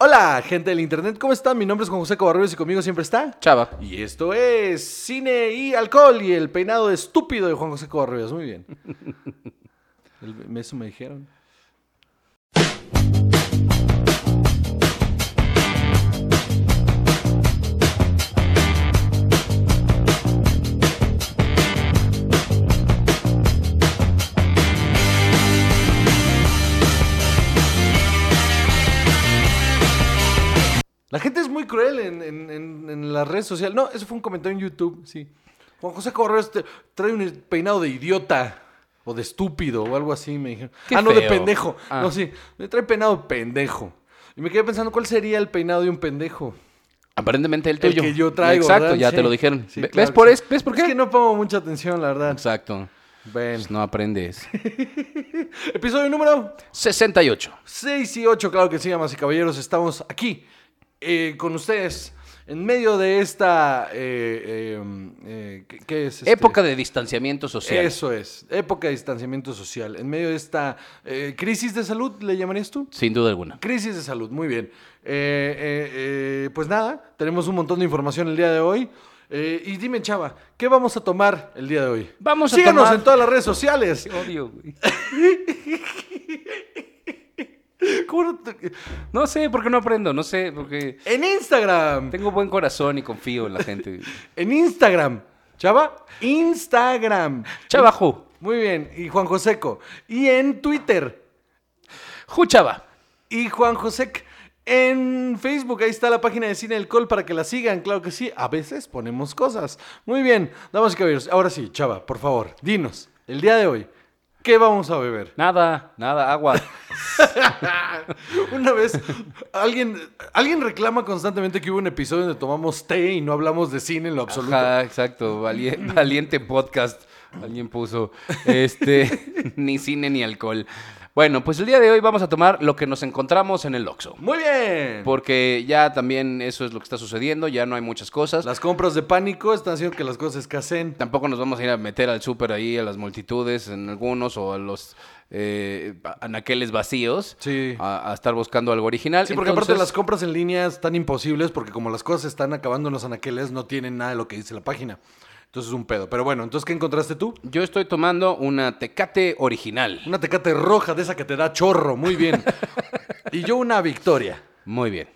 Hola, gente del internet, ¿cómo están? Mi nombre es Juan José Covarrubias y conmigo siempre está. Chava. Y esto es Cine y Alcohol y el peinado estúpido de Juan José Covarrubias. Muy bien. El- Eso me dijeron. La gente es muy cruel en, en- en- en las redes sociales. No, eso fue un comentario en YouTube, sí. Juan José Covarrubias te- trae un peinado de idiota o de estúpido o algo así, me dijeron. Qué ah, no, de feo. pendejo. Ah. No, sí, me trae peinado de pendejo. Y me quedé pensando, ¿cuál sería el peinado de un pendejo? Aparentemente el tuyo. El que yo traigo. Exacto, ¿verdad? ya Sí. te lo dijeron. Sí, Ve- claro ¿Ves, que por sí. es- ¿Ves por qué? Es que no pongo mucha atención, la verdad. Exacto. Ven. Pues no aprendes. Episodio número 68. 6 y 8, claro que sí, damas y caballeros. Estamos aquí eh, con ustedes en medio de esta. eh, eh, eh, ¿qué- ¿Qué es? este? Época de distanciamiento social. Eso es, época de distanciamiento social. En medio de esta eh, crisis de salud, ¿le llamarías tú? Sin duda alguna. Crisis de salud, muy bien. Eh, eh, eh, pues nada, tenemos un montón de información el día de hoy. Eh, y dime, chava, ¿qué vamos a tomar el día de hoy? Vamos a Síganos tomar- en todas las redes sociales. Odio, güey. ¿Cómo no te- No sé por qué no aprendo. No sé, porque En Instagram. tengo buen corazón y confío en la gente. En Instagram. Chava, Instagram. Chava Ju. Muy bien. Y Juan Joseco. Y en Twitter. Ju Chava. Y Juan Josec. En Facebook, ahí está la página de Cine del Col para que la sigan, claro que sí. A veces ponemos cosas. Muy bien, damas y caballeros. Ahora sí, Chava, por favor, dinos, el día de hoy, ¿qué vamos a beber? Nada, nada, agua. Una vez, alguien, alguien reclama constantemente que hubo un episodio donde tomamos té y no hablamos de cine en lo absoluto. Ajá, exacto. Valie- valiente podcast. Alguien puso. Este. ni cine ni alcohol. Bueno, pues el día de hoy vamos a tomar lo que nos encontramos en el Oxxo. Muy bien. Porque ya también eso es lo que está sucediendo, ya no hay muchas cosas. Las compras de pánico están haciendo que las cosas escaseen. Tampoco nos vamos a ir a meter al súper ahí, a las multitudes, en algunos, o a los eh, anaqueles vacíos, Sí. a, a estar buscando algo original. Sí, porque aparte Entonces, las compras en línea están imposibles porque como las cosas están acabando en los anaqueles, no tienen nada de lo que dice la página. Entonces es un pedo. Pero bueno, entonces, ¿qué encontraste tú? Yo estoy tomando una tecate original. Una tecate roja de esa que te da chorro. Muy bien. y yo una victoria. Muy bien.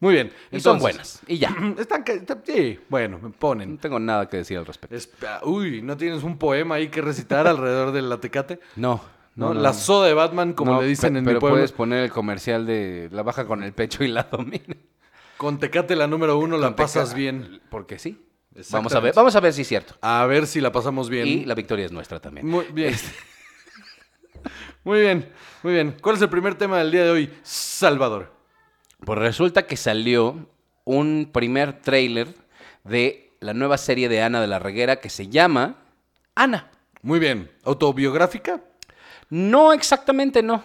Muy bien. Y son entonces- buenas. Y ya. Están, ca- está- sí, bueno, me No ponen. tengo nada que decir al respecto. Esp- Uy, ¿no tienes un poema ahí que recitar alrededor de la tecate? No, ¿No? no. no. La soda de Batman, como No, le dicen pe- en pero mi pueblo. puedes poner el comercial de la baja con el pecho y la domina. Con tecate la número uno la pasas bien. Porque sí. Vamos a Exactamente. ver, vamos a ver si es cierto. A ver si la pasamos bien. Y la victoria es nuestra también. Muy bien. muy bien, muy bien. ¿Cuál es el primer tema del día de hoy? Salvador. Pues resulta que salió un primer tráiler de la nueva serie de Ana de la Reguera que se llama Ana. Muy bien. ¿Autobiográfica? No exactamente no,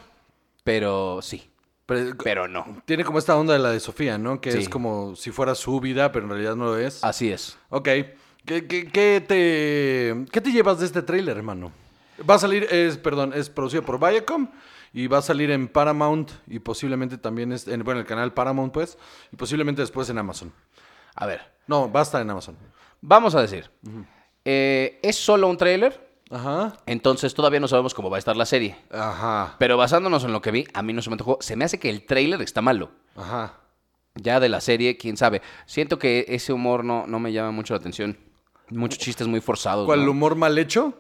pero sí, Pero- pero no. tiene como esta onda de la de Sofía, ¿no? Que Sí. es como si fuera su vida, pero en realidad no lo es. Así es. Ok. ¿Qué, qué- qué te, ¿Qué te llevas de este tráiler, hermano? Va a salir, es, perdón, es producido por Viacom y va a salir en Paramount y posiblemente también, es, en, bueno, el canal Paramount, pues, y posiblemente después en Amazon. A ver, No, va a estar en Amazon. vamos a decir, eh, es solo un tráiler, Ajá. entonces todavía no sabemos cómo va a estar la serie. Ajá. Pero basándonos en lo que vi, a mí no se me antojó. Se me hace que el tráiler está malo. Ajá. Ya de la serie, quién sabe. Siento que ese humor no, no me llama mucho la atención. Muchos chistes muy forzados. ¿Cuál ¿no? humor mal hecho?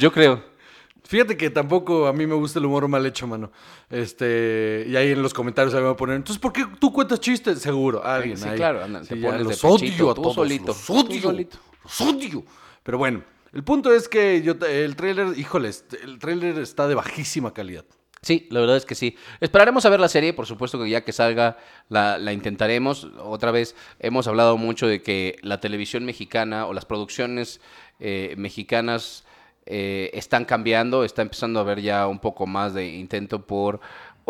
Yo creo. Fíjate que tampoco a mí me gusta el humor mal hecho, mano. Este, y ahí en los comentarios me va a poner, entonces, ¿por qué tú cuentas chistes? Seguro, alguien Sí, ahí. claro, ándale, te ya, pones de los pechito, odio a tú todos, solito, los tú odio, solito. los odio. Pero bueno, el punto es que yo, el tráiler, híjoles, el tráiler está de bajísima calidad. Sí, la verdad es que sí. Esperaremos a ver la serie, por supuesto que ya que salga la, la intentaremos. Otra vez hemos hablado mucho de que la televisión mexicana o las producciones eh, mexicanas eh, están cambiando, está empezando a haber ya un poco más de intento por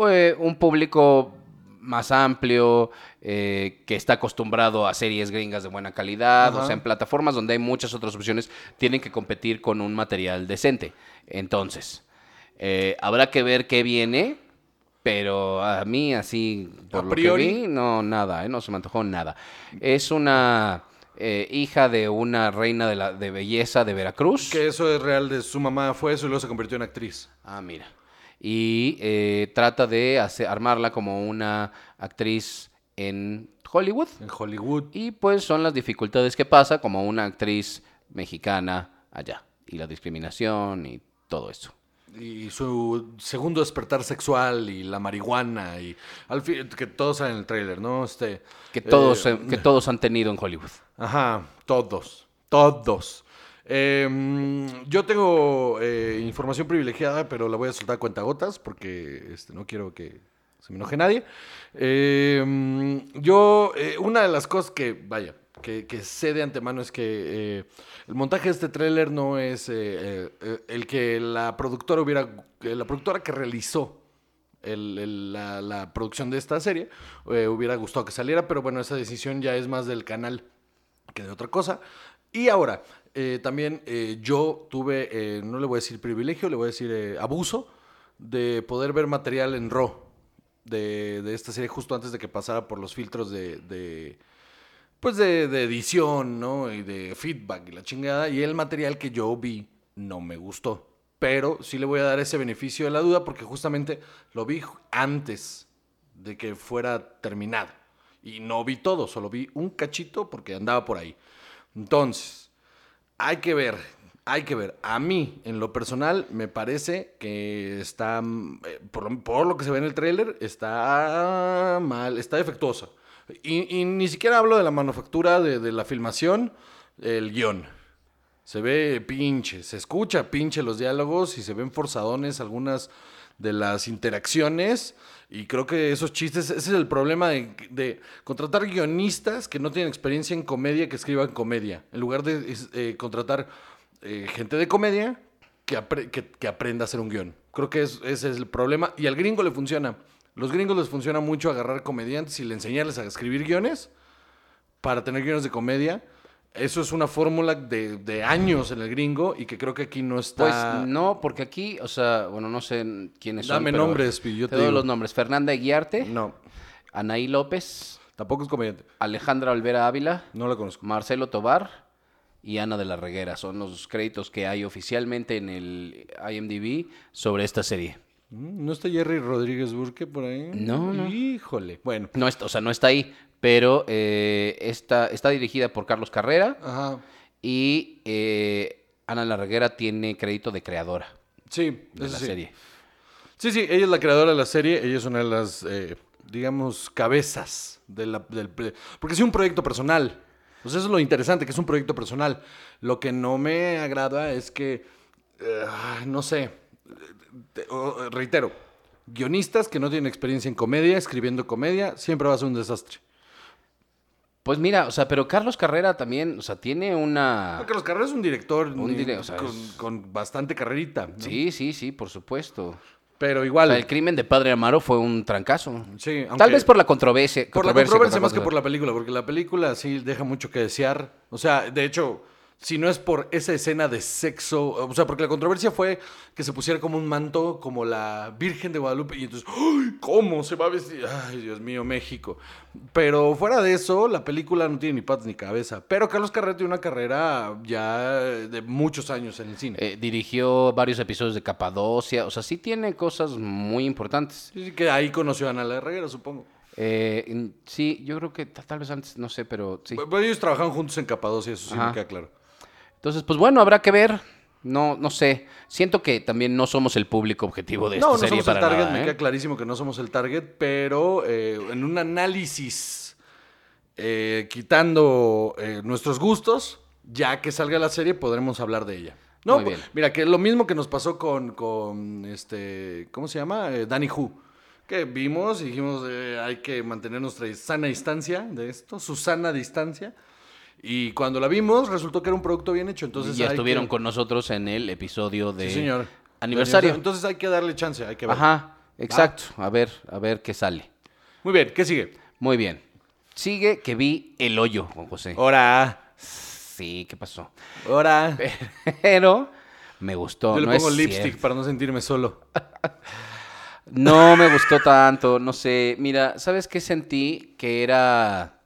eh, un público más amplio, eh, que está acostumbrado a series gringas de buena calidad, Ajá. o sea, en plataformas donde hay muchas otras opciones, tienen que competir con un material decente. Entonces, eh, habrá que ver qué viene, Pero a mí, así, por A lo priori. que vi, no, nada, ¿eh? no se me antojó nada. Es una eh, hija de una reina de, la, de belleza de Veracruz. Que eso es real de su mamá, fue eso y luego se convirtió en actriz. Ah, mira. Y eh, trata de hace- armarla como una actriz en Hollywood. En Hollywood. Y pues son las dificultades que pasa como una actriz mexicana allá. Y la discriminación y todo eso. y su segundo despertar sexual y la marihuana y al fin que todos salen en el tráiler, ¿no? Este Que todos, eh, eh, que todos han tenido en Hollywood. ajá, todos, todos. Eh, yo tengo eh, información privilegiada, pero la voy a soltar a cuentagotas porque este, no quiero que se me enoje nadie. Eh, yo, eh, una de las cosas que, vaya, que, que sé de antemano es que eh, el montaje de este tráiler no es eh, eh, eh, el que la productora hubiera, que la productora que realizó el- el- la, la producción de esta serie eh, hubiera gustado que saliera, pero bueno, esa decisión ya es más del canal que de otra cosa. Y ahora, eh, también eh, yo tuve, eh, no le voy a decir privilegio, le voy a decir eh, abuso de poder ver material en RAW de, de esta serie justo antes de que pasara por los filtros de, de- pues de, de edición, ¿no? Y de feedback y la chingada. Y el material que yo vi no me gustó. Pero sí le voy a dar ese beneficio de la duda porque justamente lo vi ju- antes de que fuera terminado. Y no vi todo, solo vi un cachito porque andaba por ahí. Entonces, hay que ver, hay que ver. A mí, en lo personal, me parece que está, mm, eh, por lo, por lo que se ve en el tráiler, está mal, está defectuosa. Y, y ni siquiera hablo de la manufactura, de, de la filmación, el guión. Se ve pinche, se escucha pinche los diálogos y se ven forzadones algunas de las interacciones. Y creo que esos chistes, ese es el problema de, de contratar guionistas que no tienen experiencia en comedia que escriban comedia. En lugar de es- eh, contratar eh, gente de comedia que, apre- que- que aprenda a hacer un guión. Creo que es- ese es el problema. Y al gringo le funciona. Los gringos les funciona mucho agarrar comediantes y le enseñarles a escribir guiones para tener guiones de comedia. Eso es una fórmula de, de años en el gringo y que creo que aquí no Pues está. no, porque aquí, o sea, bueno, no sé quiénes son. Dame pero nombres, Pi, yo te te doy digo. los nombres. Fernanda Guiarte, No, Anaí López, tampoco es comediante. Alejandra Olvera Ávila, No la conozco. Marcelo Tobar y Ana de la Reguera. Son los créditos que hay oficialmente en el IMDb sobre esta serie. Mm, ¿No está Jerry Rodríguez Burke por ahí? No, no. Híjole. Bueno. No está, o sea, no está ahí, pero eh, está, está dirigida por Carlos Carrera Ajá. y eh, Ana la Reguera tiene crédito de creadora Sí, de eso la sí. serie. Sí, sí, ella es la creadora de la serie, ella es una de las, eh, digamos, cabezas de la- del... pre- Porque es un proyecto personal. Pues eso es lo interesante, que es un proyecto personal. Lo que no me agrada es que, eh, ay, no sé, te- o- reitero, guionistas que no tienen experiencia en comedia, escribiendo comedia, siempre va a ser un desastre. Pues mira, o sea, pero Carlos Carrera también, o sea, tiene una... Porque los Carrera es un director Un dire- eh, o sea, con, es- con bastante carrerita. ¿no? Sí, sí, sí, por supuesto. Pero O igual... sea, el crimen de Padre Amaro fue un trancazo. Sí, Tal aunque- vez por la controversia. Por la controversia otra más que cosa. por la película, porque la película sí deja mucho que desear. O sea, de hecho, si no es por esa escena de sexo, o sea, porque la controversia fue que se pusiera como un manto, como la Virgen de Guadalupe, y entonces, ¡ay! ¿Cómo se va a vestir? Ay, Dios mío, México. Pero fuera de eso, la película no tiene ni patas ni cabeza. Pero Carlos Carrera tiene una carrera ya de muchos años en el cine. Eh, dirigió varios episodios de Capadocia, o sea, sí tiene cosas muy importantes. Sí, sí, que ahí conoció a Ana la Herrera, supongo. Eh, en- sí, yo creo que ta- tal vez antes, no sé, pero sí. Pero ellos trabajaron juntos en Capadocia, eso sí Ajá. me queda claro. Entonces, pues bueno, habrá que ver. No, no sé. Siento que también no somos el público objetivo de esta no, no serie somos el para target, nada, me ¿eh? queda clarísimo que no somos el target, pero eh, en un análisis eh, quitando eh, nuestros gustos, ya que salga la serie podremos hablar de ella. No, pues, Muy bien. mira, que lo mismo que nos pasó con, con este, ¿cómo se llama? Eh, Danny Who. Que vimos y dijimos, eh, hay que mantener nuestra sana distancia de esto, su sana distancia. Y cuando la vimos, resultó que era un producto bien hecho. Entonces ya hay estuvieron que- con nosotros en el episodio de Sí, señor. aniversario. Entonces hay que darle chance, hay que ver. Ajá, exacto. A ver, a ver qué sale. Muy bien, ¿qué sigue? Muy bien. Sigue que vi el hoyo, Juan José. Hora, Sí, ¿qué pasó? hora. Pero me gustó. Yo le no pongo es lipstick cierto. para no sentirme solo. No me gustó tanto, no sé. Mira, ¿sabes qué sentí? Que era...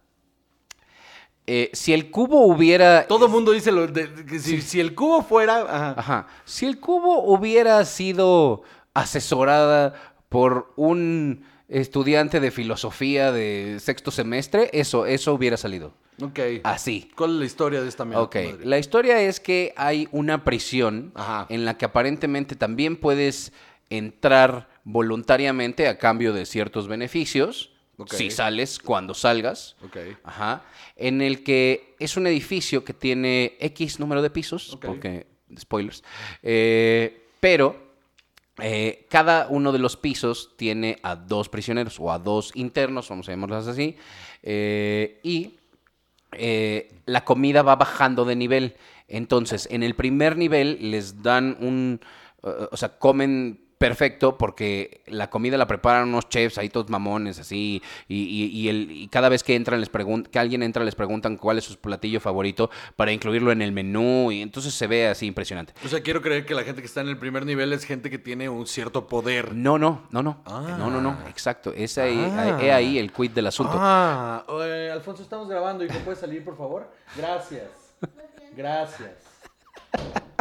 eh, si el cubo hubiera... Todo el mundo dice lo de- que si, si el cubo fuera. ajá. Ajá. Si el cubo hubiera sido asesorada por un estudiante de filosofía de sexto semestre, eso, eso hubiera salido. Ok. Así. ¿Cuál es la historia de esta mierda? Ok, madre? la historia es que hay una prisión Ajá. en la que aparentemente también puedes entrar voluntariamente a cambio de ciertos beneficios, Ok. si sales, cuando salgas, Ok. Ajá. en el que es un edificio que tiene X número de pisos, Ok. porque spoilers, eh, pero eh, cada uno de los pisos tiene a dos prisioneros o a dos internos, vamos a llamarlas así, eh, y eh, la comida va bajando de nivel. Entonces, en el primer nivel les dan un... eh, o sea, comen perfecto porque la comida la preparan unos chefs ahí todos mamones así y, y- y el, y cada vez que entran les pregun- que alguien entra les preguntan cuál es su platillo favorito para incluirlo en el menú y entonces se ve así impresionante. O sea, quiero creer que la gente que está en el primer nivel es gente que tiene un cierto poder. No, no, no, no. Ah. No, no, no. Exacto. Es ahí, Ah. es ahí el quid del asunto. Ah, eh, Alfonso, estamos grabando. ¿Y puedes salir, por favor? Gracias. Gracias.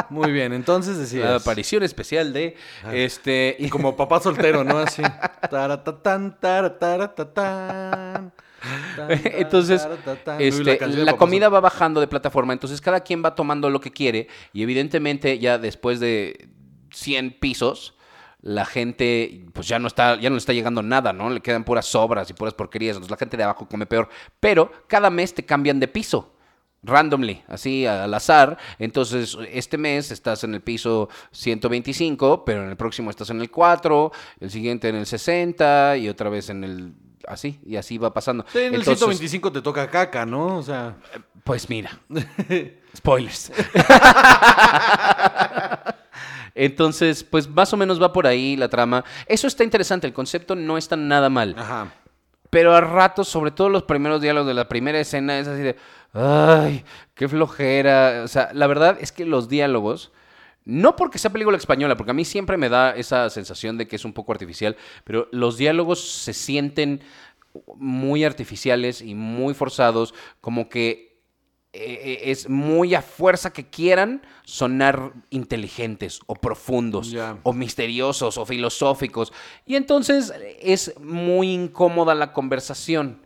Muy bien, entonces la decías. aparición especial de Ah. este y- Como papá soltero, ¿no? Así. Taratatán, taratatatán. Tan, tan, Entonces, taratatán. Uy, este, canción la, de papá comida va bajando de plataforma, entonces cada quien va tomando lo que quiere y evidentemente ya después de 100 pisos, la gente pues ya no está, ya no le está llegando nada, ¿no? Le quedan puras sobras y puras porquerías, entonces la gente de abajo come peor, pero cada mes te cambian de piso. Randomly, así al azar. Entonces, este mes estás en el piso 125, pero en el próximo estás en el 4, el siguiente en el 60 y otra vez en el... Así, y así va pasando. Sí, en el Entonces, 125 te toca caca, ¿no? O sea. pues mira. Spoilers. Entonces, pues más o menos va por ahí la trama. Eso está interesante, el concepto no está nada mal. Ajá. Pero a ratos, sobre todo los primeros diálogos de la primera escena, es así de, ay, qué flojera. O sea, la verdad es que los diálogos, no porque sea película española, porque a mí siempre me da esa sensación de que es un poco artificial, pero los diálogos se sienten muy artificiales y muy forzados, como que eh, eh, es muy a fuerza que quieran sonar inteligentes o profundos Ya. o misteriosos o filosóficos. Y entonces es muy incómoda la conversación,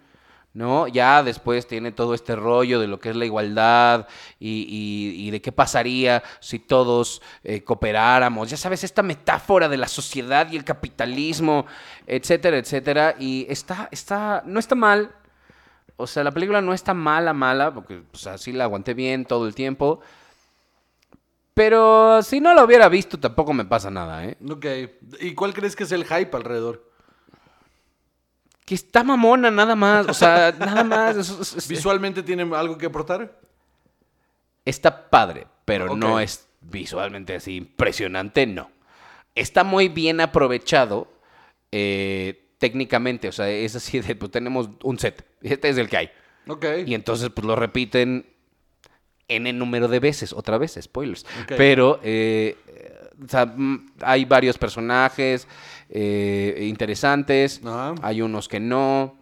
¿no? Ya después tiene todo este rollo de lo que es la igualdad y, y- y de qué pasaría si todos eh, cooperáramos. Ya sabes, esta metáfora de la sociedad y el capitalismo, etcétera, etcétera. Y está, está, no está mal. O sea, la película no está mala, mala, porque pues, así la aguanté bien todo el tiempo. Pero si no la hubiera visto, tampoco me pasa nada, ¿eh? Ok. ¿Y cuál crees que es el hype alrededor? Que está mamona, nada más. O sea, nada más. Es- es- es- ¿Visualmente tiene algo que aportar? Está padre, pero Ok. no es visualmente así impresionante, no. Está muy bien aprovechado eh, técnicamente. O sea, es así de, pues tenemos un set. Este es el que hay. Ok. Y entonces, pues lo repiten n número de veces, otra vez, spoilers. Ok. Pero eh, o sea, mm, hay varios personajes eh, interesantes, Ajá. hay unos que no.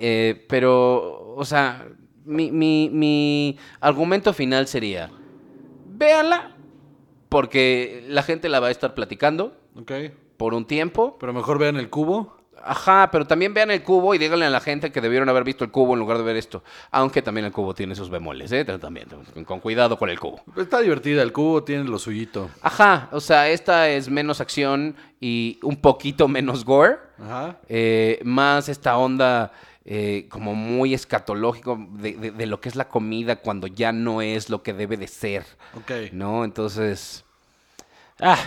Eh, pero, o sea, mi, mi- mi argumento final sería, véanla, porque la gente la va a estar platicando Ok. por un tiempo. Pero mejor vean el cubo. Ajá, pero también vean el cubo y díganle a la gente que debieron haber visto el cubo en lugar de ver esto. Aunque también el cubo tiene sus bemoles, ¿eh? También, con- con cuidado con el cubo. Está divertida, el cubo tiene lo suyito. Ajá, o sea, esta es menos acción y un poquito menos gore. Ajá. Eh, más esta onda eh, como muy escatológico de, de- de lo que es la comida cuando ya no es lo que debe de ser, Ok. ¿no? Entonces... Ah,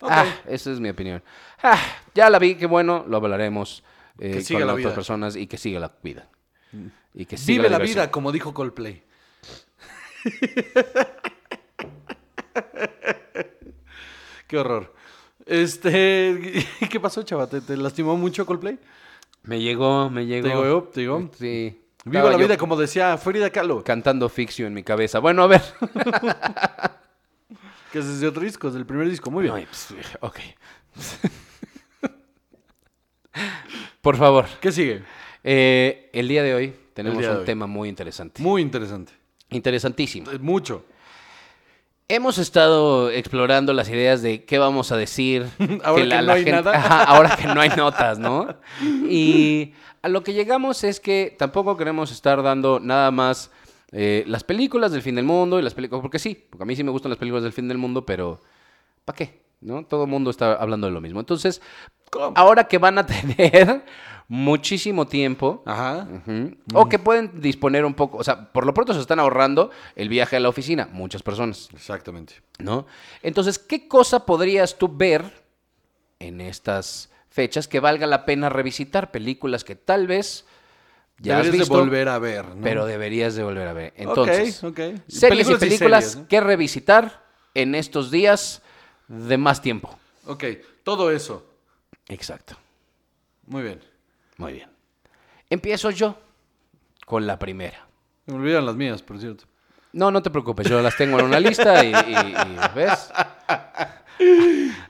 Ok. Ah, esa es mi opinión. Ah, ya la vi, qué bueno, lo hablaremos eh, Que siga con la otras vida. personas y que siga la vida. Y que siga Vive la diversión. vida, como dijo Coldplay. Qué horror. Este, ¿qué pasó, chava? ¿Te, te lastimó mucho Coldplay? Me llegó, me llegó. Te digo, te digo. Sí. Viva este, Estaba la yo vida, como decía Frida Kahlo. Cantando Fixio en mi cabeza. Bueno, a ver. Que es desde otro disco, es del primer disco. Muy bien. No, pues, ok. Por favor. ¿Qué sigue? Eh, el día de hoy tenemos día de un hoy. tema muy interesante. Muy interesante. Interesantísimo. Eh, Mucho. Hemos estado explorando las ideas de qué vamos a decir. Ahora que no hay nada. Ajá, ahora que no hay notas, ¿no? Y a lo que llegamos es que tampoco queremos estar dando nada más eh, las películas del fin del mundo y las películas. Porque sí, porque a mí sí me gustan las películas del fin del mundo, pero ¿para qué? ¿No? Todo el mundo está hablando de lo mismo. Entonces, ahora que van a tener muchísimo tiempo. Ajá. Ujú. O que pueden disponer un poco, o sea, por lo pronto se están ahorrando el viaje a la oficina, muchas personas. Exactamente. ¿no? Entonces, ¿qué cosa podrías tú ver en estas fechas que valga la pena revisitar? Películas que tal vez ya has Deberías visto, de volver a ver, ¿no? pero deberías de volver a ver. Entonces, ok. series y películas ¿no? que revisitar en estos días de más tiempo. Ok, todo eso. Exacto. Muy bien. Muy bien. Empiezo yo con la primera. Me olvidan las mías, por cierto. No, no te preocupes, yo las tengo en una lista y, y- y- ¿ves?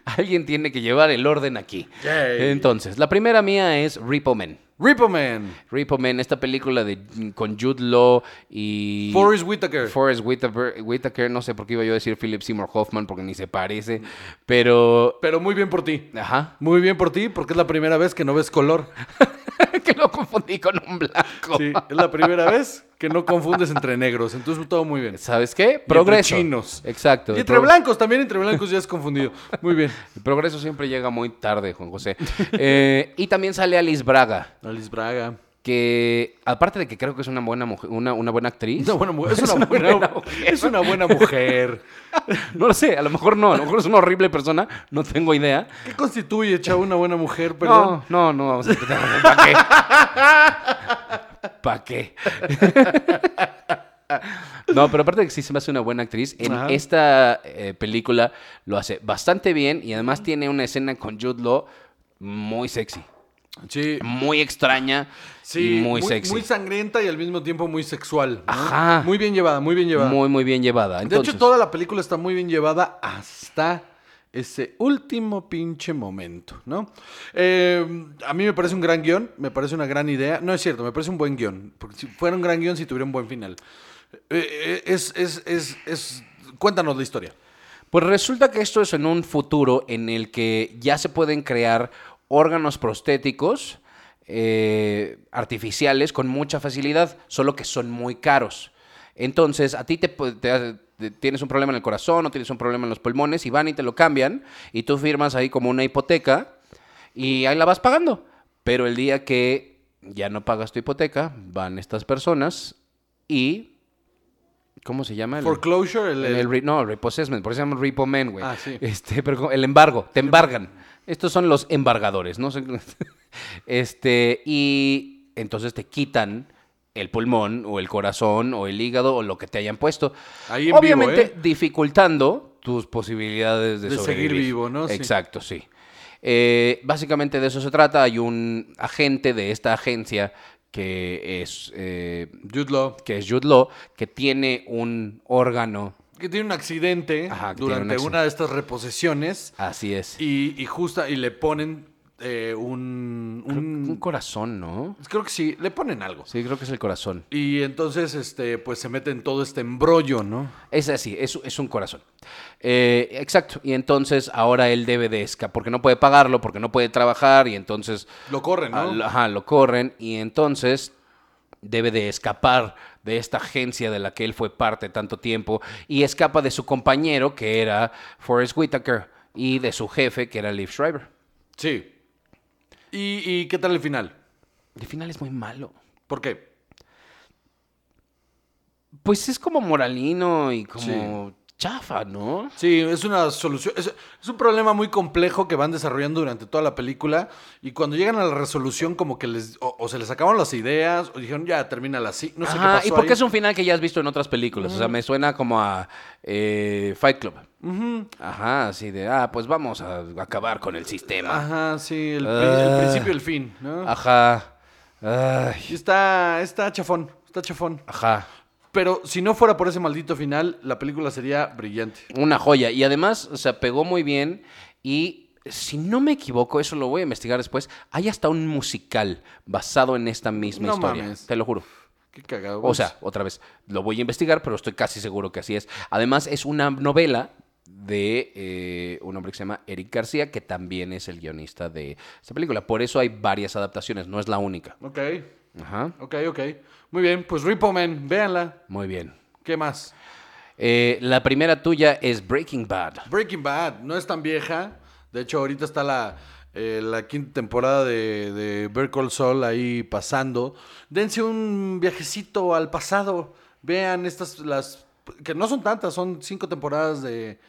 Alguien tiene que llevar el orden aquí. Yay. Entonces, la primera mía es Repo Man. Repo Man. Repo Man, esta película de, con Jude Law y... Forrest Whitaker. Forrest Whitaker, Whitaker, no sé por qué iba yo a decir Philip Seymour Hoffman porque ni se parece, pero... Pero muy bien por ti. Ajá, Muy bien por ti, porque es la primera vez que no ves color. que lo confundí con un blanco. Sí, es la primera vez que no confundes entre negros. Entonces todo muy bien. ¿Sabes qué? Progreso. chinos. Exacto. Y entre Pro- blancos, también entre blancos ya es confundido. Muy bien. El progreso siempre llega muy tarde, Juan José. Eh, y también sale Alice Braga, Alice Braga. que aparte de que creo que es una buena mujer, una, una buena actriz. Una buena mu- es, una buena, es una buena mujer. No lo sé, a lo mejor no, a lo mejor es una horrible persona, no tengo idea. ¿Qué constituye, chavo, una buena mujer? Perdón. No, no, no vamos a ¿Para qué? ¿Para qué? No, pero aparte de que sí se me hace una buena actriz, en Ajá. esta eh, película lo hace bastante bien y además tiene una escena con Jude Law muy sexy. Sí. muy extraña Sí, y muy, sexy. Muy sangrienta y al mismo tiempo muy sexual. ¿no? Ajá. Muy bien llevada, muy bien llevada. Muy, muy bien llevada. de Entonces, hecho, toda la película está muy bien llevada hasta ese último pinche momento, ¿no? Eh, a mí me parece un gran guión, me parece una gran idea. No es cierto, me parece un buen guión. Porque si fuera un gran guión, si tuviera un buen final. Eh, eh, es, es, es, es- Cuéntanos la historia. Pues resulta que esto es en un futuro en el que ya se pueden crear órganos prostéticos eh, artificiales con mucha facilidad, solo que son muy caros. Entonces, a ti te, pu- te- te- tienes un problema en el corazón o tienes un problema en los pulmones y van y te lo cambian y tú firmas ahí como una hipoteca y ahí la vas pagando. Pero el día que ya no pagas tu hipoteca, van estas personas y... ¿Cómo se llama? el- Foreclosure, el, el, el- el re- no, el repossessment, por eso se llaman repo men, güey. Ah, sí. Este, pero como- el embargo, te embargan. Estos son los embargadores, ¿no? Son- Este, y entonces te quitan el pulmón o el corazón o el hígado o lo que te hayan puesto. Ahí en Obviamente vivo, ¿eh? dificultando tus posibilidades de, De seguir sobrevivir. vivo, ¿no? Sí. Exacto, sí. Eh, básicamente de eso se trata. Hay un agente de esta agencia que es eh, Jude Law, que es Jude Law, que tiene un órgano, que tiene un accidente Ajá, que tiene un durante accidente. una de estas reposiciones así es. y, y justa y le ponen eh, un, un- Un corazón, ¿no? creo que sí, le ponen algo. Sí, creo que es el corazón. Y entonces, este, pues se mete en todo este embrollo, ¿no? Es así, es, es un corazón. Eh, exacto. Y entonces ahora él debe de escapar, porque no puede pagarlo, porque no puede trabajar, y entonces Lo corren, ah, ¿no? lo- ajá, lo corren, y entonces debe de escapar de esta agencia de la que él fue parte tanto tiempo, y escapa de su compañero, que era Forrest Whitaker, y de su jefe, que era Liv Schreiber. Sí. ¿Y, y qué tal el final? El final es muy malo. ¿Por qué? Pues es como moralino y como chafa, ¿no? Sí, es una solución. Es, es un problema muy complejo que van desarrollando durante toda la película. Y cuando llegan a la resolución, como que les. O, o se les acabaron las ideas, o dijeron, ya, termínala así. No sé Ajá, qué pasó. y porque ahí. es un final que ya has visto en otras películas. O sea, me suena como a eh, Fight Club. Ujú. Ajá, así de, ah, pues vamos a acabar con el sistema. Ajá, sí, el, pri- Ah. el principio y el fin, ¿no? Ajá. Ay, Y está, está chafón, está chafón. ajá. Pero si no fuera por ese maldito final, la película sería brillante. Una joya. Y además, o sea, pegó muy bien y si no me equivoco, eso lo voy a investigar después, hay hasta un musical basado en esta misma No historia. mames. Te lo juro. Qué cagado. O sea, otra vez, lo voy a investigar, pero estoy casi seguro que así es. Además, es una novela de eh, un hombre que se llama Eric García, que también es el guionista de esta película. Por eso hay varias adaptaciones, no es la única. Ok, Ajá. ok, ok. Muy bien, pues Repo Man, véanla. Muy bien. ¿Qué más? Eh, la primera tuya es Breaking Bad. Breaking Bad, no es tan vieja. De hecho, ahorita está la, eh, la quinta temporada de, de Better Call Saul ahí pasando. Dense un viajecito al pasado. Vean estas, las que no son tantas, son cinco temporadas de,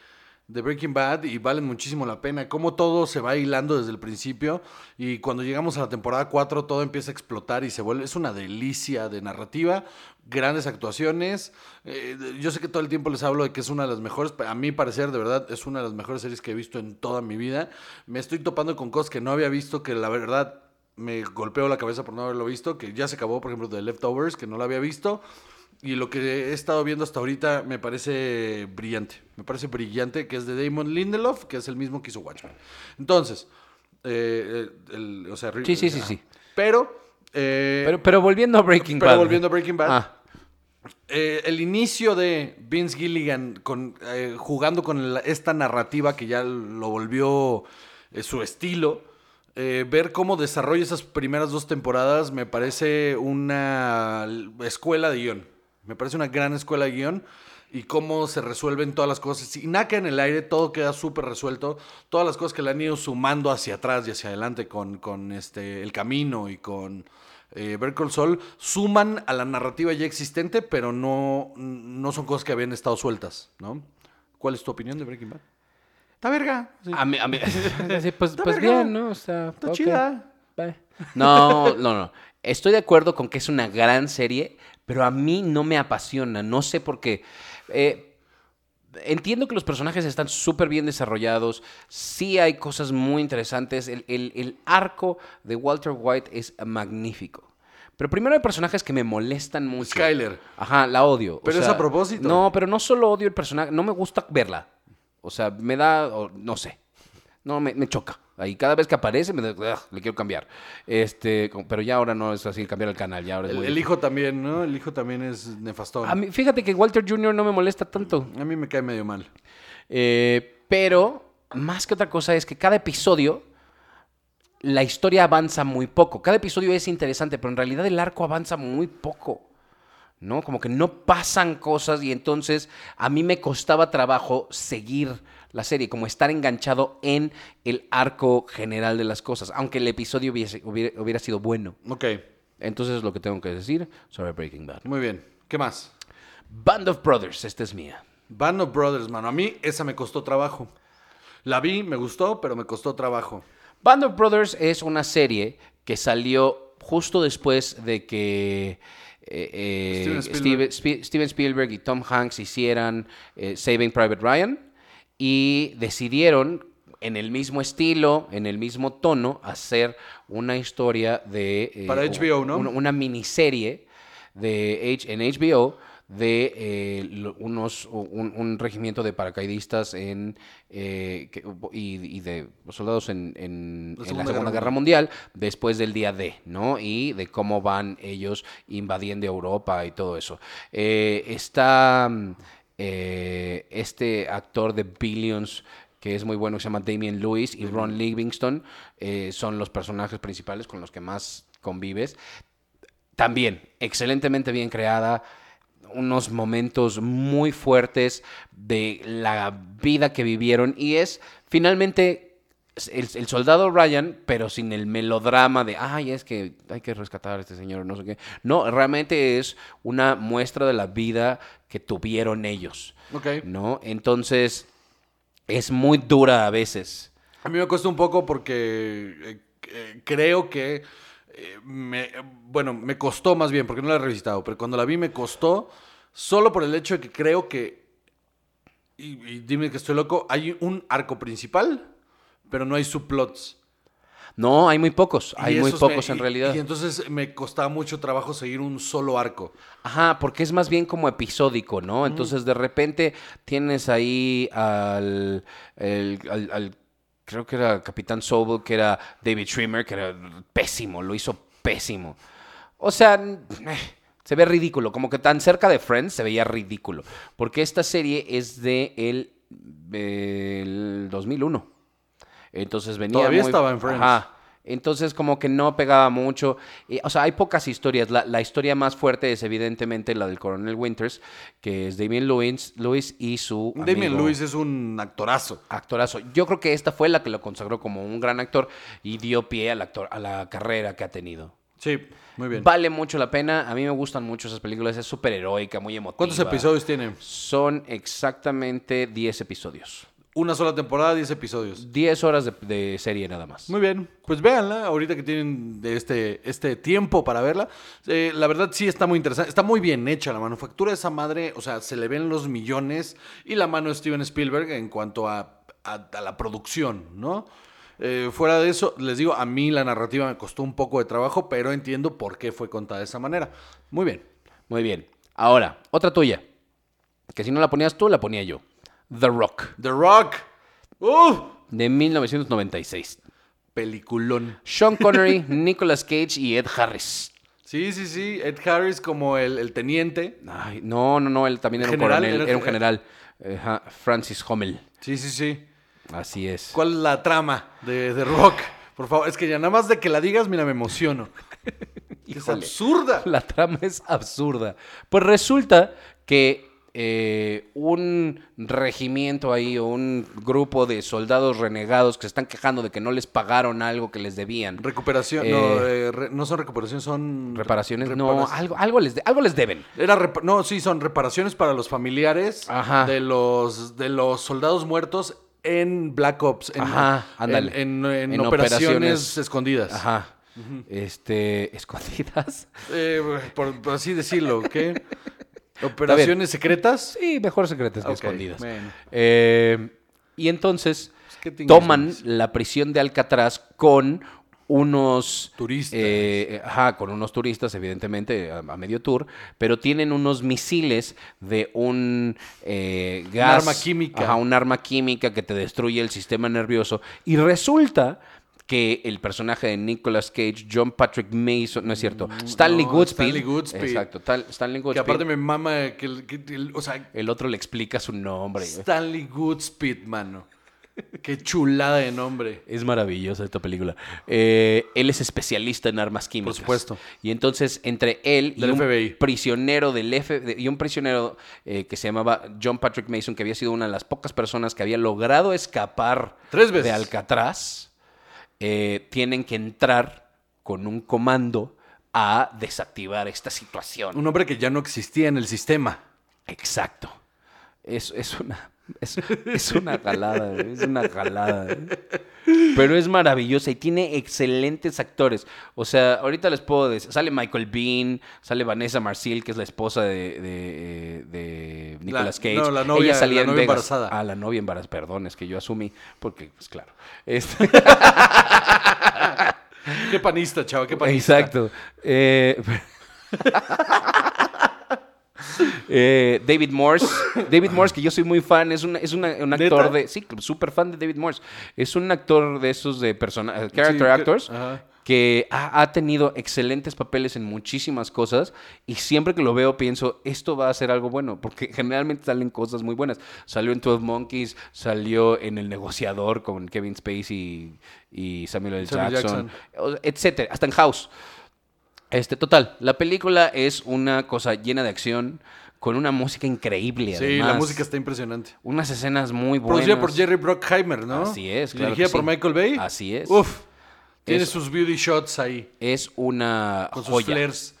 de Breaking Bad y valen muchísimo la pena. Cómo todo se va hilando desde el principio y cuando llegamos a la temporada 4 todo empieza a explotar y se vuelve... Es una delicia de narrativa, grandes actuaciones. Eh, yo sé que todo el tiempo les hablo de que es una de las mejores, pero a mi parecer de verdad es una de las mejores series que he visto en toda mi vida. Me estoy topando con cosas que no había visto que la verdad me golpeó la cabeza por no haberlo visto, que ya se acabó, por ejemplo, de Leftovers, que no la había visto. Y lo que he estado viendo hasta ahorita me parece brillante. Me parece brillante, que es de Damon Lindelof, que es el mismo que hizo Watchmen. Entonces, eh, eh, el- o sea, re- Sí, sí, sí, ah. sí. Pero, eh, Pero, pero volviendo a Breaking Pero Bad. volviendo a Breaking Bad. Ah, eh, el inicio de Vince Gilligan con, eh, jugando con la- esta narrativa que ya lo volvió eh, su estilo, eh, ver cómo desarrolla esas primeras dos temporadas me parece una l- escuela de guión. Me parece una gran escuela de guión y cómo se resuelven todas las cosas. Y nada queda en el aire, todo queda súper resuelto. Todas las cosas que le han ido sumando hacia atrás y hacia adelante con, con este, el camino y con eh, Better Call Saul suman a la narrativa ya existente, pero no, no son cosas que habían estado sueltas, ¿no? ¿Cuál es tu opinión de Breaking Bad? Ah, Está verga. sí. a mí- a mí- sí, pues, pues verga. bien, ¿no? O sea, Está ok. chida. Bye. No, no, no. Estoy de acuerdo con que es una gran serie, pero a mí no me apasiona. No sé por qué. Eh, entiendo que los personajes están súper bien desarrollados. Sí hay cosas muy interesantes. El, el- el arco de Walter White es magnífico. Pero primero hay personajes que me molestan mucho. Skyler. Ajá, la odio. o Pero es sea, a propósito. No, pero no solo odio el personaje, no me gusta verla. O sea, me da, o- no sé. No, me, me choca. Ahí cada vez que aparece me da, "Ugh, le quiero cambiar. Este, como- pero ya ahora no es así cambiar el canal, ya ahora es El, muy el difícil. hijo también, ¿no? El hijo también es nefastón. A mí- fíjate que Walter Jr. no me molesta tanto. A mí me cae medio mal. Eh, pero más que otra cosa es que cada episodio la historia avanza muy poco. Cada episodio es interesante, pero en realidad el arco avanza muy poco. ¿No? Como que no pasan cosas y entonces a mí me costaba trabajo seguir la serie, como estar enganchado en el arco general de las cosas, aunque el episodio hubiese- hubiera, hubiera sido bueno. Ok, Entonces es lo que tengo que decir sobre Breaking Bad. muy bien. ¿Qué más? Band of Brothers, esta es mía. Band of Brothers, mano. A mí esa me costó trabajo. La vi, me gustó, pero me costó trabajo. Band of Brothers es una serie que salió justo después de que eh, eh, Steven Spielberg. Steve- Spi- Steven Spielberg y Tom Hanks hicieran eh, Saving Private Ryan y decidieron en el mismo estilo, en el mismo tono, hacer una historia de... eh, Para HBO, ¿no? un- Una miniserie de H en HBO de eh, lo- unos un, un regimiento de paracaidistas en eh, que- y, y de soldados en, La en- en la Segunda Segunda Guerra Guerra Mundial después del día D, ¿no? Y de cómo van ellos invadiendo Europa y todo eso. Eh, está mm, eh, este actor de Billions que es muy bueno, que se llama Damien Lewis y Ron Livingston, eh, son los personajes principales con los que más convives. También, excelentemente bien creada, unos momentos muy fuertes de la vida que vivieron y es finalmente el, el soldado Ryan, pero sin el melodrama de, ay, es que hay que rescatar a este señor, no sé qué. No, realmente es una muestra de la vida que tuvieron ellos, Ok. ¿no? Entonces, es muy dura a veces. A mí me cuesta un poco porque eh, eh, creo que. eh, me- bueno, me costó más bien, porque no la he revisitado, pero cuando la vi me costó solo por el hecho de que creo que. Y, y dime que estoy loco, hay un arco principal, pero no hay subplots. No, hay muy pocos, Y hay muy esos me- pocos en y- realidad. Y entonces me costaba mucho trabajo seguir un solo arco. Ajá, porque es más bien como episódico, ¿no? Mm. Entonces de repente tienes ahí al, el- al, al creo que era Capitán Sobel, que era David Schwimmer, que era pésimo, lo hizo pésimo. O sea, eh, se ve ridículo, como que tan cerca de Friends se veía ridículo, porque esta serie es de el, el 2001. Entonces venía Todavía muy- estaba en Friends. Ajá. Entonces como que no pegaba mucho. Eh, o sea, hay pocas historias. La, la historia más fuerte es evidentemente la del coronel Winters, que es Damien Lewis, Lewis y su... Damien amigo- Lewis es un actorazo. Actorazo. Yo creo que esta fue la que lo consagró como un gran actor y dio pie al actor, a la carrera que ha tenido. Sí, muy bien. Vale mucho la pena. A mí me gustan mucho esas películas. Es súper heroica, muy emotiva. ¿Cuántos episodios tiene? Son exactamente 10 episodios. Una sola temporada, 10 episodios. 10 horas de, de serie nada más. Muy bien, pues véanla, ahorita que tienen de este, este tiempo para verla. Eh, la verdad sí está muy interesante, está muy bien hecha la manufactura de esa madre, o sea, se le ven los millones y la mano de Steven Spielberg en cuanto a, a- a la producción, ¿no? Eh, fuera de eso, les digo, a mí la narrativa me costó un poco de trabajo, pero entiendo por qué fue contada de esa manera. Muy bien. Muy bien. Ahora, otra tuya. Que si no la ponías tú, la ponía yo. The Rock, The Rock. ¡Uh! ¡Uf! de 1996. Peliculón. Sean Connery, Nicolas Cage y Ed Harris. Sí, sí, sí. Ed Harris como el, el teniente. Ay, no, no, no, él también era General, un coronel, era- era, un general. Ajá, Francis Hommel. Sí, sí, sí. Así es. ¿Cuál es la trama de, de Rock? Por favor, es que ya nada más de que la digas, mira, me emociono. es Híjole. absurda. La trama es absurda. Pues resulta que eh, un regimiento ahí o un grupo de soldados renegados que se están quejando de que no les pagaron algo que les debían. Recuperación. Eh, no, eh, re- no son recuperación, son. reparaciones. No, Ah. reparas- algo, algo, les de- algo les deben. Era repa- no, sí, son reparaciones para los familiares Ajá. de los de los soldados muertos en Black Ops. En, Ajá, ándale. En, en- en En operaciones, operaciones. escondidas. Ajá. Este, escondidas. Eh, por, por así decirlo, ¿qué? ¿Operaciones secretas? Sí, mejor secretas que Ok, escondidas. bueno. Eh, y entonces Pues, ¿qué te toman inglés? la prisión de Alcatraz con unos Turistas. eh, ajá, con unos turistas, evidentemente, a, a medio tour, pero tienen unos misiles de un eh, gas. arma química. Ajá, un arma química que te destruye el sistema nervioso. Y resulta que el personaje de Nicolas Cage, John Patrick Mason, no es cierto, Stanley Mm, no, Goodspeed. Stanley Goodspeed. Exacto, tal- Stanley Que Goodspeed. aparte me mama que, el- que el- o sea, El otro le explica su nombre. güey. Stanley Goodspeed, mano. Qué chulada de nombre. Es maravillosa esta película. Eh, él es especialista en armas químicas. supuesto. Y entonces, entre él y Del un FBI. prisionero del F de- y un prisionero eh, que se llamaba John Patrick Mason, que había sido una de las pocas personas que había logrado escapar Tres veces. de Alcatraz, eh, tienen que entrar con un comando a desactivar esta situación. Un hombre que ya no existía en el sistema. Exacto. Es, es una. Es, es una jalada, güey, es una jalada. güey. Pero es maravillosa y tiene excelentes actores. O sea, ahorita les puedo decir, sale Michael Bean, sale Vanessa Marcil, que es la esposa de, de- de Nicolas Cage. no, la novia- Ella salía la en novia Vegas. embarazada. Ah, la novia embarazada, perdón, es que yo asumí, porque, pues claro. Este- Qué panista, chava, qué panista. Exacto. Eh, eh, David Morse. David Morse, que yo soy muy fan, es, una- es una- un actor ¿Neta? de. Sí, súper fan de David Morse. Es un actor de esos de persona, eh, character que- actors. ajá. que ha, ha tenido excelentes papeles en muchísimas cosas y siempre que lo veo pienso, esto va a ser algo bueno, porque generalmente salen cosas muy buenas. Salió en 12 Monkeys, salió en El Negociador con Kevin Spacey y, y Samuel L. Samuel Jackson, Jackson. o- etcétera, hasta en House. Este, total, la película es una cosa llena de acción, con una música increíble. Sí, la además. música está impresionante. Unas escenas muy buenas. Producida por Jerry Brockheimer, ¿no? Así es, claro Dirigida que por sí. Michael Bay. Así es. Uf. Tiene Eso. sus beauty shots ahí. Es una Con sus joya. flares.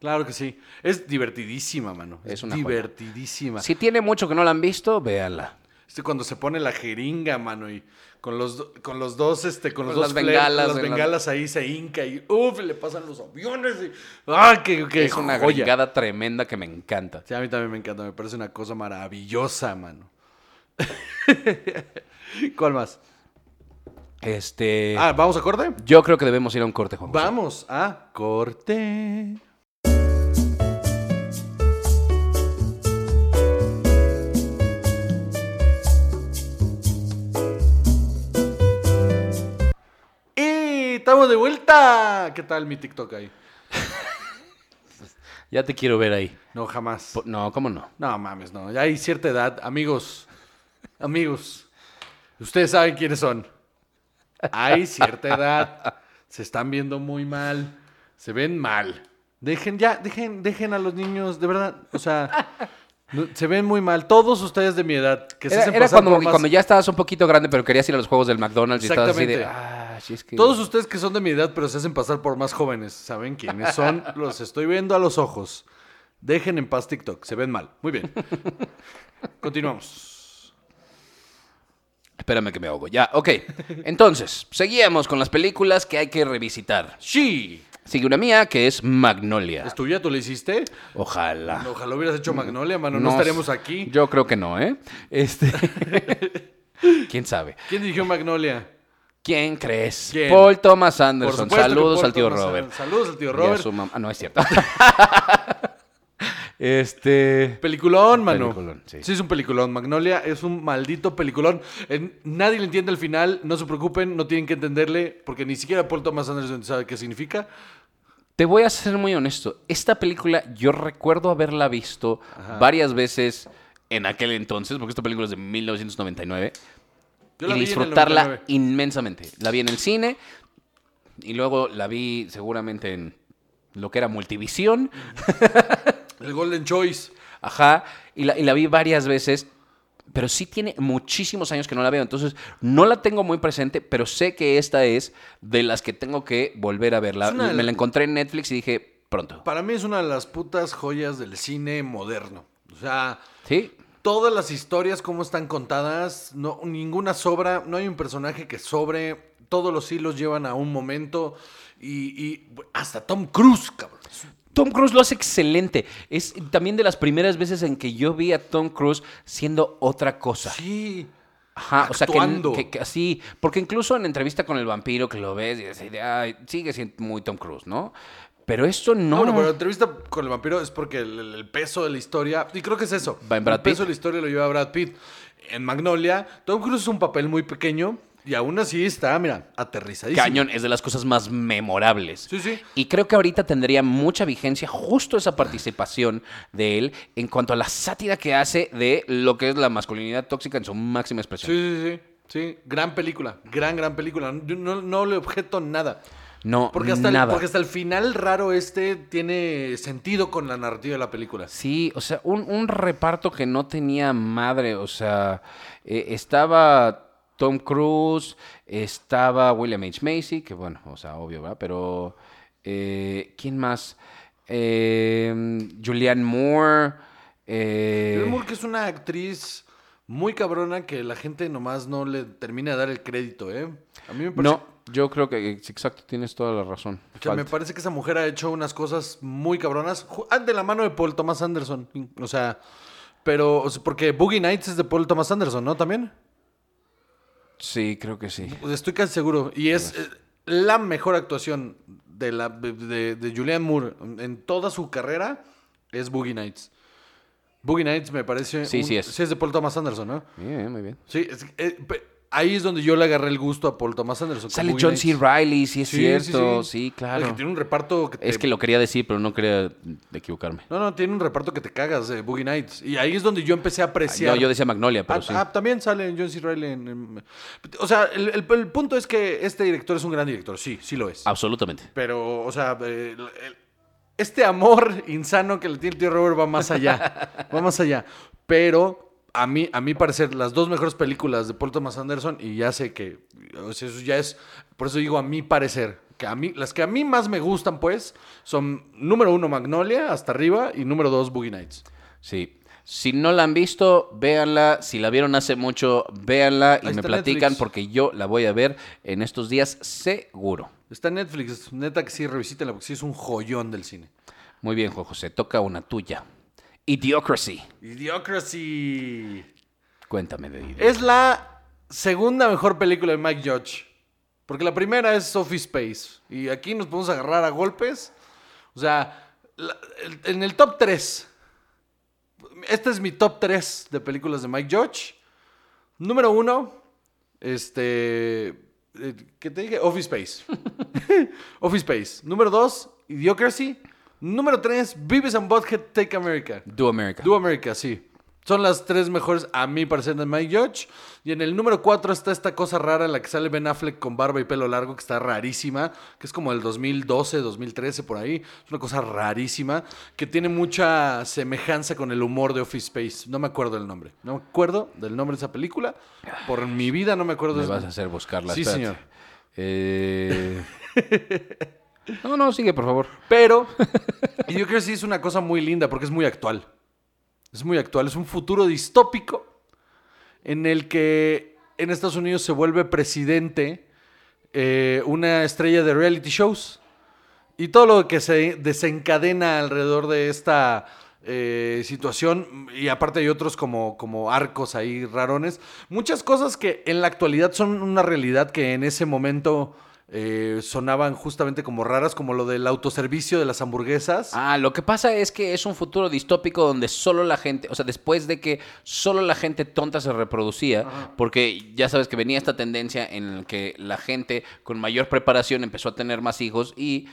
Claro que sí. Es divertidísima, mano. Es Es una joya. divertidísima. Si tiene mucho que no la han visto, véanla. Este, cuando se pone la jeringa, mano, y con los, do- con los dos, este, con los Con dos las flares, bengalas, las en las- bengalas ahí se hinca y uff, le pasan los aviones y ah, que, que es una joya! gringada tremenda que me encanta. Sí, a mí también me encanta, me parece una cosa maravillosa, mano. ¿Cuál más? Este, Ah, ¿vamos a corte? yo creo que debemos ir a un corte, Juan. José. Vamos a corte. estamos de vuelta. ¿Qué tal mi TikTok ahí? Ya te quiero ver ahí. No, jamás. Po- No, ¿cómo no? No mames, no. Ya hay cierta edad. Amigos, amigos, ustedes saben quiénes son. Hay cierta edad. Se están viendo muy mal. Se ven mal. Dejen ya, dejen, dejen a los niños, de verdad. O sea, no- se ven muy mal. Todos ustedes de mi edad. Que se Era, hacen era pasar cuando, por más- cuando ya estabas un poquito grande, pero querías ir a los juegos del McDonald's y estabas así de. Exactamente. Ah, sí, es que. Todos ustedes que son de mi edad, pero se hacen pasar por más jóvenes, saben quiénes son. Los estoy viendo a los ojos. Dejen en paz TikTok, se ven mal. Muy bien. Continuamos. Espérame que me ahogo. Ya, ok. Entonces, seguíamos con las películas que hay que revisitar. Sí. Sigue una mía que es Magnolia. ¿Es tuya? ¿Tú la hiciste? Ojalá. Ojalá hubieras hecho Magnolia, mano. No, Nos- estaremos aquí. Mm, Yo creo que no, ¿eh? Este. ¿Quién sabe? ¿Quién dirigió Magnolia? ¿Quién crees? ¿Quién? Paul Thomas Por Anderson. supuesto que Saludos Paul al tío Thomas Robert. Anderson. Saludos al tío Y a Robert. su mamá. Ah, No, es cierto. este. Peliculón, mano. Peliculón, sí. sí. es un peliculón. Magnolia es un maldito peliculón. En- nadie le entiende al final. No se preocupen, no tienen que entenderle, porque ni siquiera Paul Thomas Anderson sabe qué significa. Te voy a ser muy honesto. Esta película yo recuerdo haberla visto varias veces en aquel entonces, porque esta película es de 1999, Yo y vi en el disfrutarla 99. inmensamente. La vi en el cine y luego la vi seguramente en lo que era Multivisión. El Golden Choice. Ajá, y la, y la vi varias veces, pero sí tiene muchísimos años que no la veo, entonces no la tengo muy presente, pero sé que esta es de las que tengo que volver a verla. Es una de Me la las- encontré en Netflix y dije, pronto. Para mí es una de las putas joyas del cine moderno. O sea, ¿Sí? todas las historias, cómo están contadas, no, ninguna sobra, no hay un personaje que sobre, todos los hilos llevan a un momento y, y hasta Tom Cruise, cabrón. Tom Cruise lo hace excelente. Es también de las primeras veces en que yo vi a Tom Cruise siendo otra cosa. Sí. Ajá, Actuando. o sea, que, que- que así. Porque incluso en entrevista con el vampiro que lo ves y así de, "Ay, sigue siendo muy Tom Cruise, ¿no? Pero esto no. No, Ah, bueno, pero la entrevista con el vampiro es porque el, el- el peso de la historia, y creo que es eso, Va en Brad el peso Pitt. de la historia lo lleva Brad Pitt. En Magnolia, Tom Cruise es un papel muy pequeño y aún así está, mira, aterrizadísimo. Cañón es de las cosas más memorables. Sí, sí. Y creo que ahorita tendría mucha vigencia justo esa participación de él en cuanto a la sátira que hace de lo que es la masculinidad tóxica en su máxima expresión. Sí, sí, sí. Sí, gran película, gran, gran película. Yo no, no le objeto nada. No, Porque hasta, el, nada. porque hasta el final raro este tiene sentido con la narrativa de la película. Sí, o sea, un, un reparto que no tenía madre, o sea, eh, estaba Tom Cruise, estaba William H. Macy, que bueno, o sea, obvio, ¿verdad? Pero, eh, ¿quién más? Eh, Julianne Moore. eh, Julianne Moore, que es una actriz muy cabrona que la gente nomás no le termina de dar el crédito, ¿eh? A mí me parece, no, yo creo que, eh, exacto, tienes toda la razón. que, me Falta. parece que esa mujer ha hecho unas cosas muy cabronas ju- ah, de la mano de Paul Thomas Anderson. O sea, pero o sea, porque Boogie Nights es de Paul Thomas Anderson, ¿no? También. Sí, creo que sí. Pues estoy casi seguro. Y es eh, la mejor actuación de, la, de, de- de Julianne Moore en toda su carrera es Boogie Nights. Boogie Nights me parece... Sí, sí es. de Paul Thomas Anderson, ¿no? Bien, muy bien. Sí, es- eh, pe- ahí es donde yo le agarré el gusto a Paul Thomas Anderson. con Sale Boogie John C. Nights. Riley, sí es Sí, cierto, sí, claro. Es que tiene un reparto que te- Es que lo quería decir, pero no quería mm, equivocarme. No, no, tiene un reparto que te cagas, eh, Boogie Nights. Y ahí es donde yo empecé a apreciar... No, yo decía Magnolia, pero Ah, sí. ah, también sale en John C. Reilly. en- en- O sea, el, el- el punto es que este director es un gran director. Sí, sí lo es. Absolutamente. Pero, o sea, eh, el- el- este amor insano que le tiene el tío Robert va más allá. va más allá. Pero, a mí, a mi parecer, las dos mejores películas de Paul Thomas Anderson, y ya sé que. o sea, eso ya es. Por eso digo a mi parecer. Que a mí, las que a mí más me gustan, pues, son número uno Magnolia, hasta arriba, y número dos Boogie Nights. Sí. Si no la han visto, véanla. Si la vieron hace mucho, véanla y Ahí me está platican Netflix. porque yo la voy a ver en estos días seguro. Está en Netflix, neta que sí, revisítenla, porque sí es un joyón del cine. Muy bien, Juan José. Toca una tuya. Idiocracy. Idiocracy. Cuéntame de Idiocracy. Es la segunda mejor película de Mike Judge. Porque la primera es Sophie Space. Y aquí nos podemos agarrar a golpes. O sea, la- el- en el top 3. Este es mi top 3 de películas de Mike Judge. Número 1, este... eh, ¿Qué te dije? Office Space. Office Space. Número 2, Idiocracy. Número 3, Beavis and Butthead Take America. Do America. Do America, sí. Son las tres mejores, a mi parecer, de Mike Judge. Y en el número 4 está esta cosa rara en la que sale Ben Affleck con barba y pelo largo, que está rarísima, que es como el 2012, 2013, por ahí. Es una cosa rarísima, que tiene mucha semejanza con el humor de Office Space. No me acuerdo el nombre. No me acuerdo del nombre de esa película. Por mi vida no me acuerdo Me de vas a hacer buscarla. Sí, espérate. señor. Eh, No, no, sigue, por favor. Pero yo creo que sí es una cosa muy linda porque es muy actual. Es muy actual. Es un futuro distópico en el que en Estados Unidos se vuelve presidente eh, una estrella de reality shows. Y todo lo que se desencadena alrededor de esta eh, situación, y aparte hay otros como, como arcos ahí rarones, muchas cosas que en la actualidad son una realidad que en ese momento eh, sonaban justamente como raras, como lo del autoservicio de las hamburguesas. Ah, lo que pasa es que es un futuro distópico donde solo la gente, o sea, después de que solo la gente tonta se reproducía, porque ya sabes que venía esta tendencia en la que la gente con mayor preparación empezó a tener más hijos y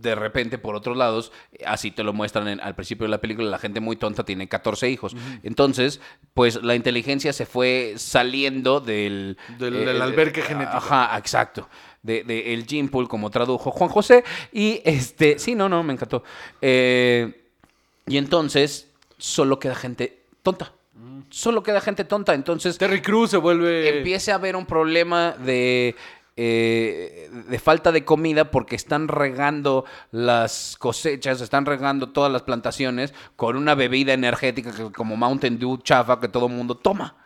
de repente, por otros lados, así te lo muestran en- al principio de la película, la gente muy tonta tiene 14 hijos. Entonces, pues la inteligencia se fue saliendo del... eh, Del- del albergue genético. Ajá, exacto. De, de el gene pool, como tradujo Juan José. Y este... Sí, no, no, me encantó. Eh, y entonces, solo queda gente tonta. Solo queda gente tonta. Entonces, Terry Crews se vuelve... empiece a haber un problema de, eh, de falta de comida porque están regando las cosechas, están regando todas las plantaciones con una bebida energética que- como Mountain Dew chafa que todo el mundo toma.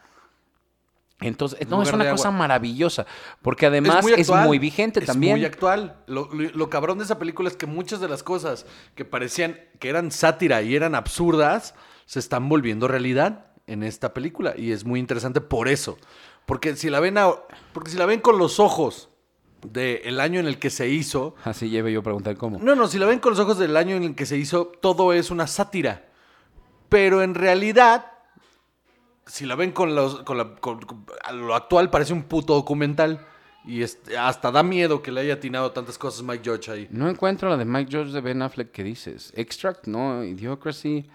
Entonces, no, es lugar de una agua. cosa maravillosa, porque además es muy, actual, vigente es también. muy actual. Lo, lo- lo cabrón de esa película es que muchas de las cosas que parecían que eran sátira y eran absurdas se están volviendo realidad en esta película y es muy interesante por eso. Porque si la ven a- porque si la ven con los ojos del año en el que se hizo, Así lleve yo a preguntar cómo. no, no, si la ven con los ojos del año en el que se hizo, todo es una sátira. Pero en realidad, si la ven con, los- con la- con- con- a lo actual, parece un puto documental. Y este, hasta da miedo que le haya atinado tantas cosas Mike George ahí. No encuentro la de Mike George de Ben Affleck que dices. Extract, no, Idiocracy.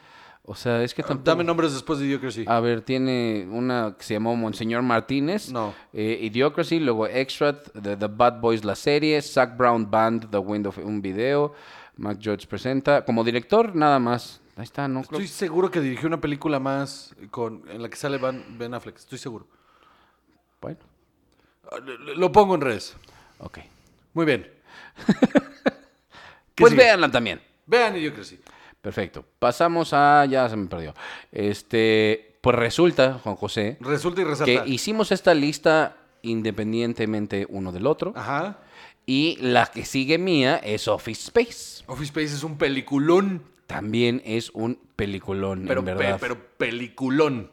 O sea, es que tampoco. Ah, Dame nombres después de Idiocracy. A ver, tiene una que se llamó Monseñor Martínez. No. Eh, Idiocracy, luego Extra, The, The Bad Boys, la serie. Zach Brown Band, The Wind of un video. Mac George presenta. Como director, nada más. Ahí está, no creo. Estoy seguro que dirigió una película más con, en la que sale Van- Ben Affleck. Estoy seguro. Bueno, Ah, Lo, lo pongo en redes. ok. Muy bien. ¿Qué Pues sigue? véanla también. Vean Idiocracy. Perfecto. Pasamos a. Ya se me perdió. Este. Pues resulta, Juan José, Resulta y que resalta. hicimos esta lista independientemente uno del otro. Ajá. Y la que sigue mía es Office Space. Office Space es un peliculón. También es un peliculón, Pero, en pe- verdad. pero peliculón.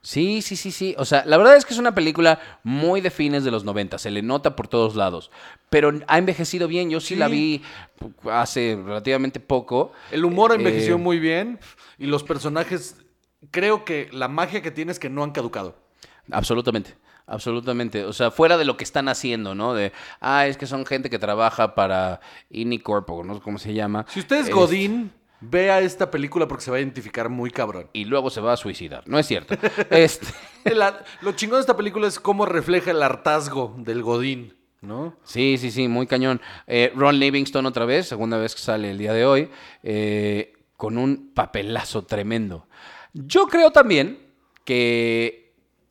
Sí, sí, sí, sí. O sea, la verdad es que es una película muy de fines de los 90. Se le nota por todos lados. Pero ha envejecido bien. Yo sí, Sí. la vi hace relativamente poco. El humor envejeció Eh, muy bien y los personajes, creo que la magia que tiene es que no han caducado. Absolutamente, absolutamente. O sea, fuera de lo que están haciendo, ¿no? De, ah, es que son gente que trabaja para Inicorp o no sé cómo se llama. Si usted es Este, Godín, vea esta película porque se va a identificar muy cabrón. Y luego se va a suicidar. No es cierto. este, El ar- lo chingón de esta película es cómo refleja el hartazgo del Godín, ¿no? Sí, sí, sí, muy cañón. Eh, Ron Livingston otra vez, segunda vez que sale el día de hoy, eh, con un papelazo tremendo. Yo creo también que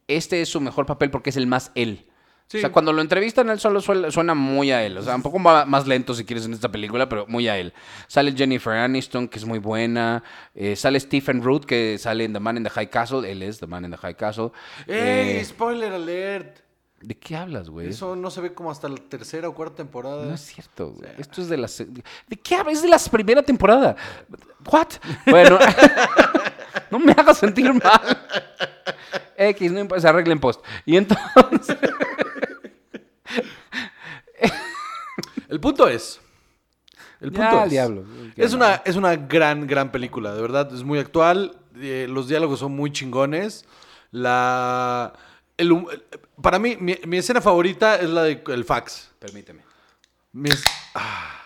este es su mejor papel porque es el más él. Sí. O sea, cuando lo entrevistan, él solo suel- suena muy a él. O sea, un poco ma- más lento si quieres en esta película, pero muy a él. Sale Jennifer Aniston, que es muy buena. Eh, sale Stephen Root, que sale en The Man in the High Castle. Él es The Man in the High Castle. ¡Ey! Eh, ¡Spoiler alert! ¿De qué hablas, güey? Eso no se ve como hasta la tercera o cuarta temporada. No es cierto, güey. Esto es de la... se- ¿De qué hablas? Es de la primera temporada. ¿What? Bueno, no me hagas sentir mal. X, no importa, se arregla en post. Y entonces... El punto es. El Ya, punto al es. diablo. Es una, es una gran, gran película, de verdad. Es muy actual. eh, los diálogos son muy chingones. La. el hum- para mí, mi, mi escena favorita es la del fax. Permíteme. Mis- ah.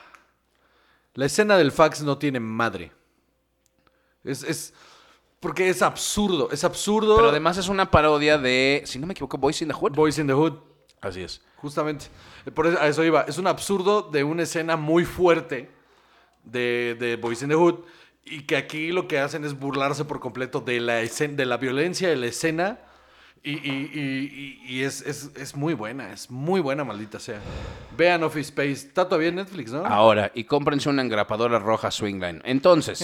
La escena del fax no tiene madre. Es, es- Porque es absurdo, es absurdo. Pero además es una parodia de, si no me equivoco, Boys in the Hood. Boys in the Hood, Así es. justamente. Por eso, a eso iba. Es un absurdo de una escena muy fuerte de, de Boys in the Hood. Y que aquí lo que hacen es burlarse por completo de la, escena, de la violencia de la escena. Y, y- y- y- y es, es- es muy buena, es muy buena, maldita sea. Vean Office Space. Está todavía en Netflix, ¿no? Ahora, y cómprense una engrapadora roja Swingline. Entonces...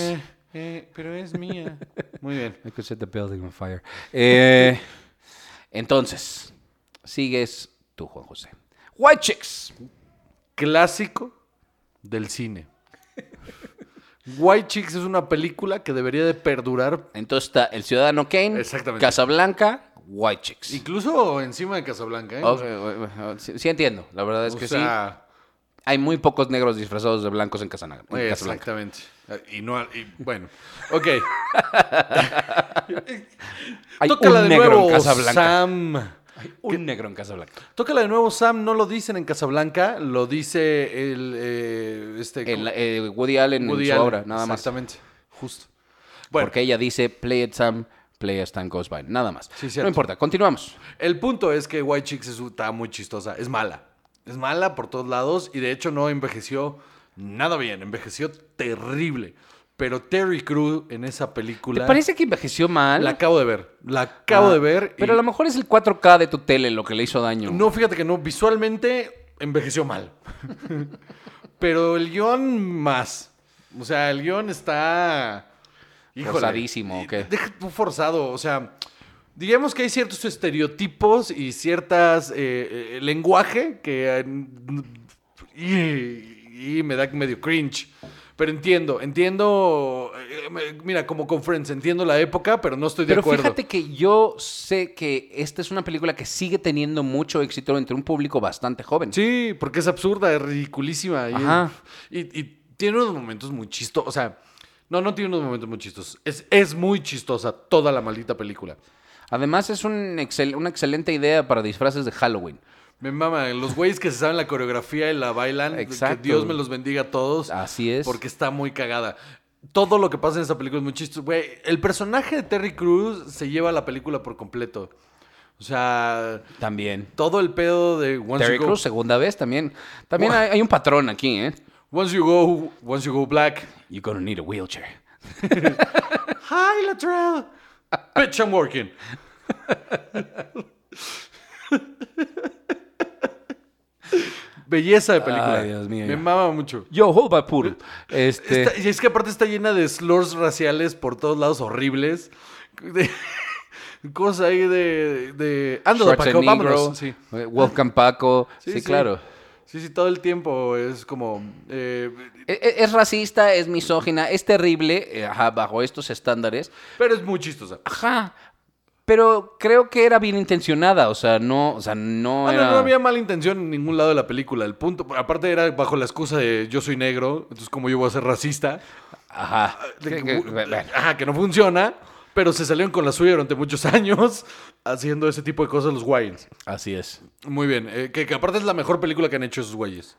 Eh. pero es mía. Muy bien. I could set the building on fire. Eh, entonces, sigues tú, Juan José. White Chicks. Clásico del cine. White Chicks es una película que debería de perdurar Entonces está El Ciudadano Kane, Exactamente. Casablanca, White Chicks. incluso encima de Casablanca. ¿eh? Ok, ok, ok, sí, sí entiendo, la verdad es O que sea, sí. Hay muy pocos negros disfrazados de blancos en Casana- en Casablanca. exactamente. Y no, y bueno, ok. Hay Tócala un de negro nuevo, en Casablanca. Sam. Un negro en Casablanca. Tócala de nuevo, Sam. No lo dicen en Casablanca, lo dice el. eh, este, El, eh, Woody Allen Woody en su Allen. obra, nada más. Exactamente, justo. Bueno, Porque ella dice, play it Sam, play as time goes by. Nada más. Sí, no cierto. importa, continuamos. El punto es que White Chicks es- está muy chistosa. Es mala. Es mala por todos lados y de hecho no envejeció nada bien. Envejeció terrible. Pero Terry Crew en esa película. ¿Te parece que envejeció mal? La acabo de ver. La acabo Ah, de ver. y- Pero a lo mejor es el 4K de tu tele lo que le hizo daño. No, fíjate que no. Visualmente envejeció mal. pero el guión más. O sea, el guión está. híjole, Forzadísimo, ¿o qué? Deja tú forzado. O sea, digamos que hay ciertos estereotipos y ciertas. eh, eh, lenguaje que. eh, n- y, y me da medio cringe. Pero entiendo, entiendo. eh, me- mira, como con Friends, entiendo la época, pero no estoy de Pero acuerdo. fíjate que yo sé que esta es una película que sigue teniendo mucho éxito entre un público bastante joven. Sí, porque es absurda, es ridiculísima. Y, Ajá. y- y tiene unos momentos muy chistosos. O sea, no, no tiene unos momentos muy chistosos. Es, es muy chistosa toda la maldita película. Además, es un excel- una excelente idea para disfraces de Halloween. Me mama, los güeyes que se saben la coreografía y la bailan, Exacto. que Dios me los bendiga a todos. Así es. Porque está muy cagada. Todo lo que pasa en esa película es muy chistoso. Güey, el personaje de Terry Crews se lleva la película por completo. O sea, También. todo el pedo de Once Terry You Go- Crews, segunda vez también. También hay, hay un patrón aquí, ¿eh? Once You Go, Once You Go Black, You're gonna need a wheelchair. Hi, Latrell. Bitch, I'm working. Belleza de película. Ay, Dios mío, Me ya. mama mucho. Yo, hold my poodle. Este, Está- y es que aparte está llena de slurs raciales por todos lados horribles. De- cosas ahí de. de ándale, Paco, Schwarzenegger, vámonos. Sí. eh, Wolfgang Paco. Sí, claro. Sí, sí, todo el tiempo es como. eh, E- e- Es, racista, es misógina, es terrible, eh, ajá, bajo estos estándares. pero es muy chistosa. Ajá. Pero creo que era bien intencionada, o sea, no, o sea, no Ah, no, era. no había mala intención en ningún lado de la película. El punto, aparte era bajo la excusa de yo soy negro, entonces como yo voy a ser racista, Ajá. Ah, De Que- que- que- bueno. ajá, que no funciona, pero se salieron con la suya durante muchos años haciendo ese tipo de cosas los guayes. Así es. Muy bien, eh, que, que aparte es la mejor película que han hecho esos güeyes.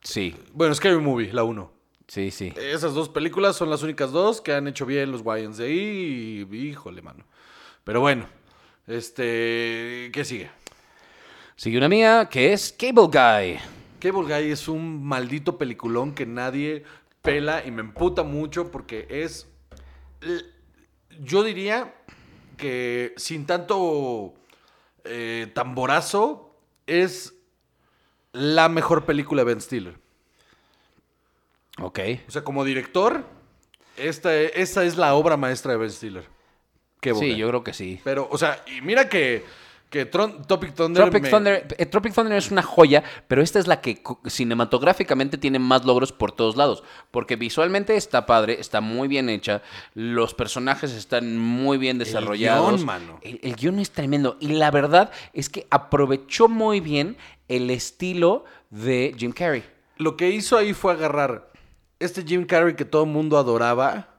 Sí, Bueno, Scary Movie, la 1. sí, sí. Esas dos películas son las únicas dos que han hecho bien los Wayans de ahí. y- híjole, mano. Pero bueno, este, ¿qué sigue? Sigue una mía que es Cable Guy. Cable Guy es un maldito peliculón que nadie pela y me emputa mucho porque es. l- Yo diría que sin tanto eh, tamborazo, es la mejor película de Ben Stiller. Ok. O sea, como director, esta, e- esta es la obra maestra de Ben Stiller. Cable Sí, Guy. yo creo que sí. Pero, o sea, y mira que, que Tron- Topic Thunder. Tropic me- Thunder, eh, Tropic Thunder es una joya, pero esta es la que co- cinematográficamente tiene más logros por todos lados. Porque visualmente está padre, está muy bien hecha, los personajes están muy bien desarrollados. guión, mano. El, el guión es tremendo. Y la verdad es que aprovechó muy bien el estilo de Jim Carrey. Lo que hizo ahí fue agarrar este Jim Carrey que todo el mundo adoraba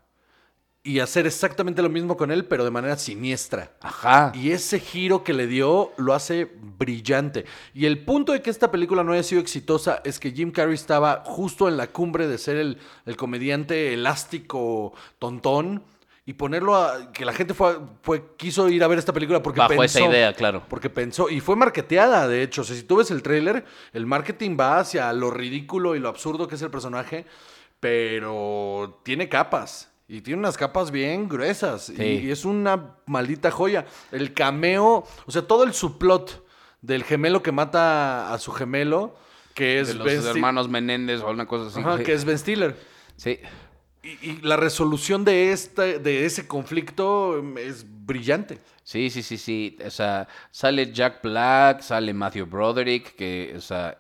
y hacer exactamente lo mismo con él, pero de manera siniestra. Ajá. Y ese giro que le dio lo hace brillante. Y el punto de que esta película no haya sido exitosa es que Jim Carrey estaba justo en la cumbre de ser el, el comediante elástico tontón. Y ponerlo a. que la gente fue, a- fue- quiso ir a ver esta película porque Bajo pensó. esa idea, claro. Porque pensó. Y fue marketeada, de hecho. O sea, si tú ves el tráiler, el marketing va hacia lo ridículo y lo absurdo que es el personaje. Pero tiene capas. Y tiene unas capas bien gruesas. y- Sí. Y, es una maldita joya. El cameo. O sea, todo el subplot del gemelo que mata a su gemelo. Que es de los Ben Sti- hermanos Menéndez o una cosa así. Ajá, que es Ben Stiller. Sí. Y, y la resolución de, este, de ese conflicto mm, es brillante. Sí, sí, sí, sí. O sea, sale Jack Black, sale Matthew Broderick, que, o sea,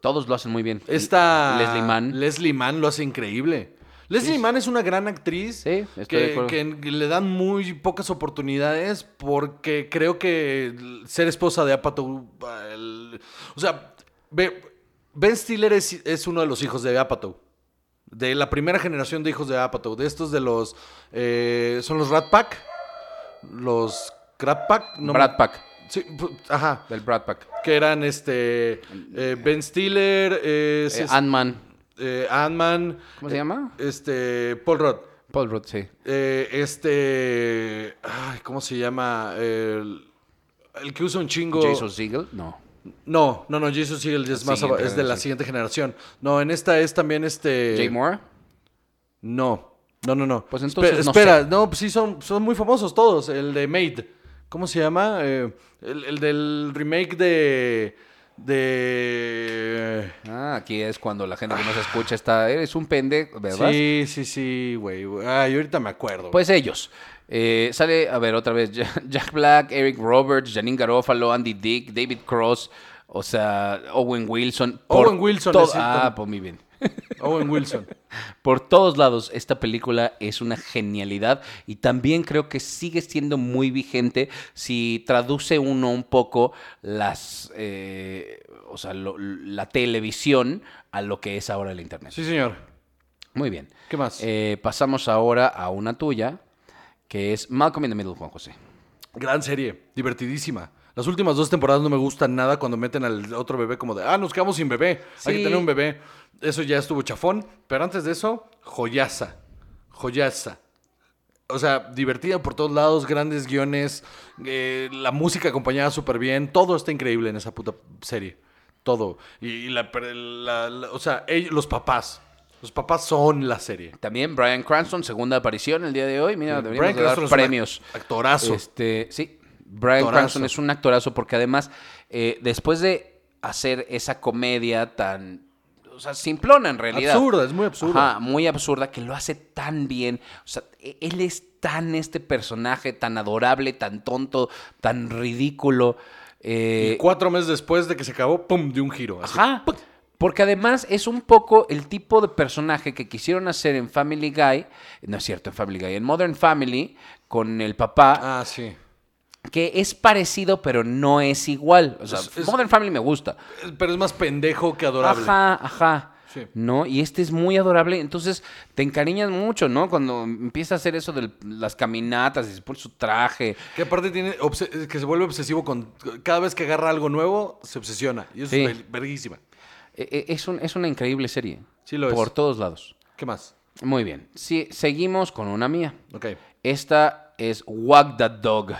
todos lo hacen muy bien. Esta. Leslie Mann. Leslie Mann lo hace increíble. Leslie Mann es una gran actriz Sí, estoy de que, acuerdo. que le dan muy pocas oportunidades porque creo que ser esposa de Apatow. el- o sea, ve- Ben Stiller es, es uno de los hijos de Apatow. De la primera generación de hijos de Apatow. De estos de los. eh, son los Rat Pack. Los Crap Pack. no me- Brad Pack, Sí, pu- ajá. del Brad Pack. Que eran este. eh, ben Stiller, eh, Eh, es- Ant-Man. eh, Ant-Man, ¿Cómo se llama? este. Paul Rudd. Paul Rudd, sí. eh, este. ay, ¿Cómo se llama? El, el que usa un chingo. Jason Segel, no. No, no, no, Jason Segel es, más Siguiente aba- es de la generación. siguiente generación. No, en esta es también este. Jay Moore. No, no, no, no. Pues Espe- entonces no espera, no, pues sí, son, son muy famosos todos. El de Made, ¿cómo se llama? Eh, el, el del remake de. de. Ah, aquí es cuando la gente que nos escucha está, eres un pendejo, ¿verdad? Sí, sí, sí, güey. Ay, ahorita me acuerdo. Pues ellos. Eh, sale, a ver, otra vez, Ja- Jack Black, Eric Roberts, Janine Garofalo, Andy Dick, David Cross, o sea, Owen Wilson. Owen Wilson, to- es cierto. Ah, pues muy bien. Owen Wilson. Por todos lados, esta película es una genialidad y también creo que sigue siendo muy vigente si traduce uno un poco las, eh, o sea, lo- la televisión a lo que es ahora el Internet. Sí, señor. Muy bien. ¿Qué más? Eh, pasamos ahora a una tuya, que es Malcolm in the Middle, Juan José. Gran serie, divertidísima. Las últimas dos temporadas no me gustan nada cuando meten al otro bebé como de, ah, nos quedamos sin bebé, hay Sí. que tener un bebé. Eso ya estuvo chafón, pero antes de eso, joyaza, joyaza. O sea, divertida por todos lados, grandes guiones, eh, la música acompañada súper bien, todo está increíble en esa puta serie, todo. Y, y la, per- la- la- o sea, ellos- los papás, los papás son la serie. También Brian Cranston, segunda aparición el día de hoy. Mira, deberíamos Bryan de dar Cranston es un premios. Actorazo. Este, sí, Brian Actorazo. Cranston es un actorazo porque además, eh, después de hacer esa comedia tan, o sea, simplona en realidad. absurda, es muy absurda. Ajá, muy absurda, que lo hace tan bien. O sea, e- él es tan este personaje, tan adorable, tan tonto, tan ridículo. eh, Y cuatro meses después de que se acabó, pum, de un giro. así. Ajá. Porque además es un poco el tipo de personaje que quisieron hacer en Family Guy, no es cierto, en Family Guy, en Modern Family, con el papá, Ah, sí. que es parecido pero no es igual. O sea, Es- es- Modern Family me gusta. Pero es más pendejo que adorable. Ajá, ajá. Sí. ¿No? Y este es muy adorable, entonces te encariñas mucho, ¿no? Cuando empieza a hacer eso de las caminatas y se pone su traje. Que aparte tiene obse- que se vuelve obsesivo con cada vez que agarra algo nuevo, se obsesiona. Y eso Sí. es ver- verguísima. E- e- Es, un- es una increíble serie. Sí lo es. Por todos lados. ¿Qué más? Muy bien. Sí, seguimos con una mía. Ok. Esta es Wag the Dog.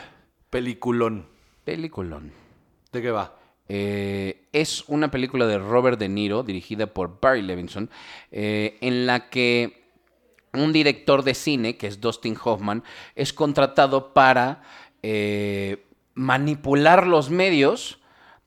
Peliculón. Peliculón. ¿De qué va? Eh, es una película de Robert De Niro, dirigida por Barry Levinson, eh, en la que un director de cine, que es Dustin Hoffman, es contratado para eh, manipular los medios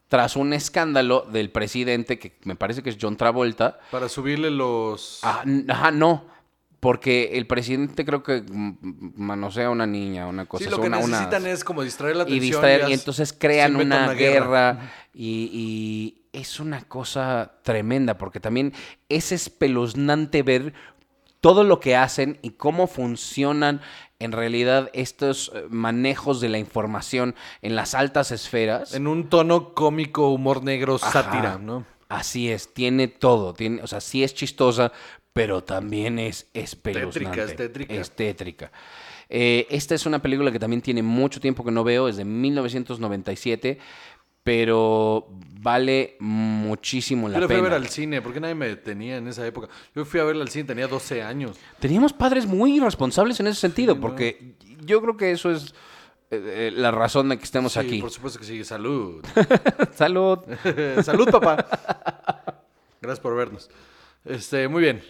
tras un escándalo del presidente, que me parece que es John Travolta, Para subirle los. Ah, n- Ajá, no. Porque el presidente creo que mm, mm, manosea a una niña, una cosa. sí, o lo que una- una- necesitan es como distraer la y atención. distraer. ya Y s- entonces se crean inventa una, guerra. y, y es una cosa tremenda. Porque también es espeluznante ver todo lo que hacen y cómo funcionan en realidad estos eh, manejos de la información en las altas esferas. En un tono cómico, humor negro, Ajá. sátira, ¿no? Así es, tiene todo. Tiene, o sea, sí es chistosa, pero también es espeluznante. Tétrica, es tétrica. Es tétrica. Eh, esta es una película que también tiene mucho tiempo que no veo, es de 1997, pero vale muchísimo la Yo la fui pena. a ver al cine, porque nadie me detenía en esa época. Yo fui a verla al cine, tenía 12 años. Teníamos padres muy irresponsables en ese sentido, porque yo creo que eso es eh, eh, la razón de que estemos Sí, aquí. Por supuesto que sí, salud. Salud. salud, papá. Gracias por vernos. Este, muy bien.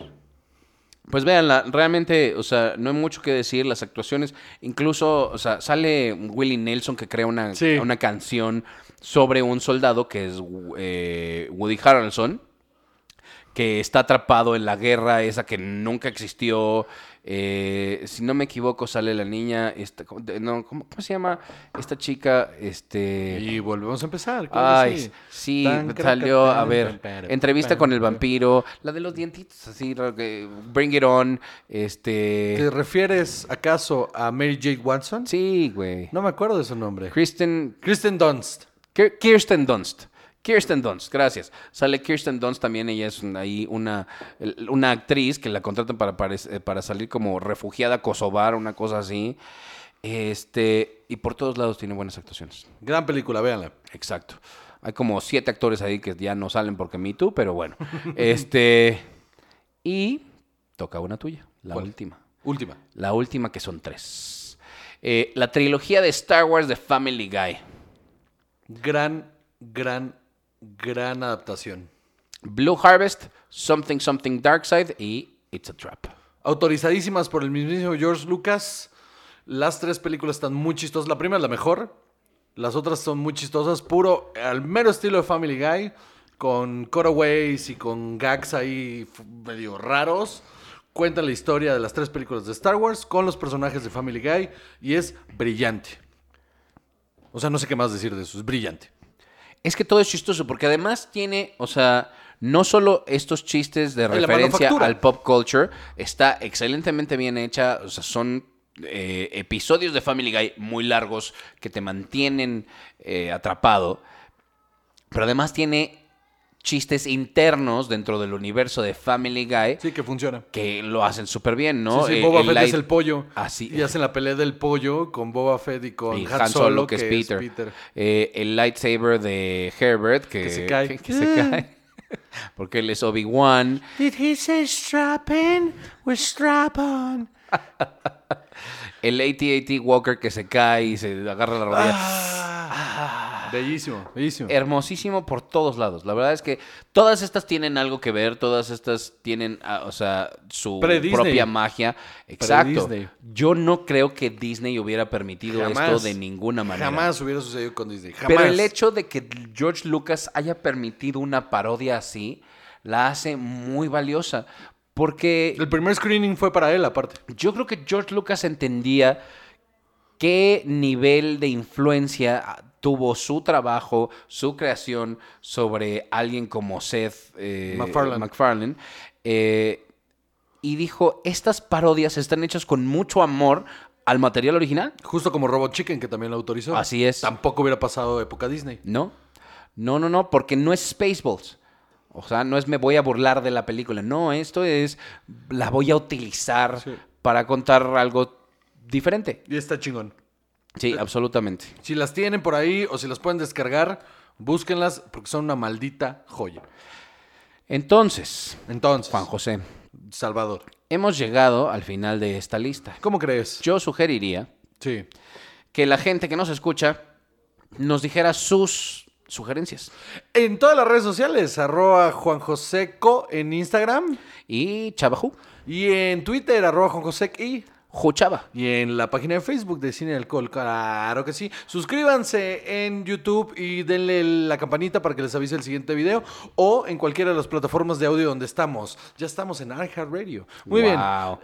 Pues véanla, realmente, o sea, no hay mucho que decir, las actuaciones, incluso, o sea, sale Willie Nelson que crea una, Sí. una canción sobre un soldado que es eh, Woody Harrelson, que está atrapado en la guerra esa que nunca existió. Eh, si no me equivoco, sale la niña, esta, ¿cómo- de- no, ¿cómo, cómo se llama esta chica? Este... Y volvemos a empezar. claro que Ay, sí, Tan, salió, craca, a tan, ver, tan, tan, entrevista tan, con el tan. vampiro, la de los dientitos, así, lo que- Bring It On, ¿Te este... refieres acaso a Mary Jade Watson? Sí, güey. No me acuerdo de su nombre. Kristen... Kristen Dunst. Kir- Kirsten Dunst. Kirsten Dunst, gracias. Sale Kirsten Dunst también, ella es una- ahí una, una actriz que la contratan para, parec- eh, para salir como refugiada kosovar, una cosa así. Este, y por todos lados tiene buenas actuaciones. Gran película, véanla. Exacto. Hay como siete actores ahí que ya no salen porque Me Too, pero bueno. este. Y toca una tuya, la ¿Cuál? última. Última. La última que son tres. Eh, la trilogía de Star Wars de Family Guy. Gran, gran, gran adaptación. Blue Harvest, Something Something Dark Side y It's a Trap. Autorizadísimas por el mismísimo George Lucas. Las tres películas están muy chistosas. La primera es la mejor. Las otras son muy chistosas. Puro, al mero estilo de Family Guy. Con cutaways y con gags ahí f- medio raros. Cuenta la historia de las tres películas de Star Wars con los personajes de Family Guy. Y es brillante. O sea, no sé qué más decir de eso. Es brillante. Es que todo es chistoso porque además tiene, o sea, no solo estos chistes de la referencia manufactura. al pop culture, está excelentemente bien hecha, o sea, son eh, episodios de Family Guy muy largos que te mantienen eh, atrapado, pero además tiene chistes internos dentro del universo de Family Guy Sí, que funciona. que lo hacen súper bien, ¿no? Sí, sí, Eh, Boba Fett es light- el pollo. Así Y hacen la pelea del pollo con Boba Fett y con y Han, Solo, que es Peter. Peter. Eh, el lightsaber de Herbert, que, Que se cae. que- que se cae. Porque él es Obi-Wan. Did he say strap in or strap on? El AT-AT Walker que se cae y se agarra la rodilla. Ah. Bellísimo, bellísimo. Hermosísimo por todos lados. La verdad es que todas estas tienen algo que ver, todas estas tienen, ah, o sea, su Pre-Disney. propia magia. Exacto. Pre-Disney. Yo no creo que Disney hubiera permitido esto Jamás. de ninguna manera. Jamás hubiera sucedido con Disney. Jamás. Pero el hecho de que George Lucas haya permitido una parodia así la hace muy valiosa. Porque El primer screening fue para él, aparte. yo creo que George Lucas entendía qué nivel de influencia ah, tuvo su trabajo, su creación sobre alguien como Seth eh, MacFarlane. MacFarlane, eh, y dijo, estas parodias están hechas con mucho amor al material original. Justo como Robot Chicken, que también lo autorizó. Así es. Tampoco hubiera pasado época Disney. No, no, no, no, porque no es Spaceballs. O sea, no es me voy a burlar de la película. No, esto es la voy a utilizar Sí. para contar algo diferente. Y está chingón. Sí, absolutamente. Si las tienen por ahí o si las pueden descargar, búsquenlas porque son una maldita joya. Entonces, Entonces, Juan José, Salvador, hemos llegado al final de esta lista. ¿cómo crees? Yo sugeriría Sí. que la gente que nos escucha nos dijera sus sugerencias. En todas las redes sociales, arroba Juan Joseco en Instagram Y Chabajú, y en Twitter, arroba Juan Josec y, Juchaba. y en la página de Facebook de Cine y Alcohol, claro que sí. Suscríbanse en YouTube y denle la campanita para que les avise el siguiente video o en cualquiera de las plataformas de audio donde estamos. Ya estamos en iHeartRadio. Muy Wow. bien.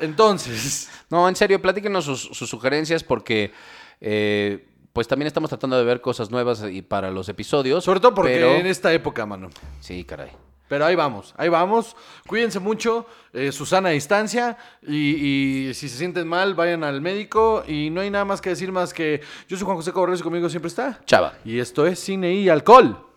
Entonces, No, en serio, platíquenos sus, sus sugerencias porque eh, pues también estamos tratando de ver cosas nuevas y para los episodios. sobre todo porque pero- en esta época, mano. Sí, caray. Pero ahí vamos, ahí vamos. Cuídense mucho, eh, Susana a distancia. Y, y si se sienten mal, vayan al médico. Y no hay nada más que decir más que yo soy Juan José Cabrera y conmigo siempre está. Chava. Y esto es Cine y Alcohol.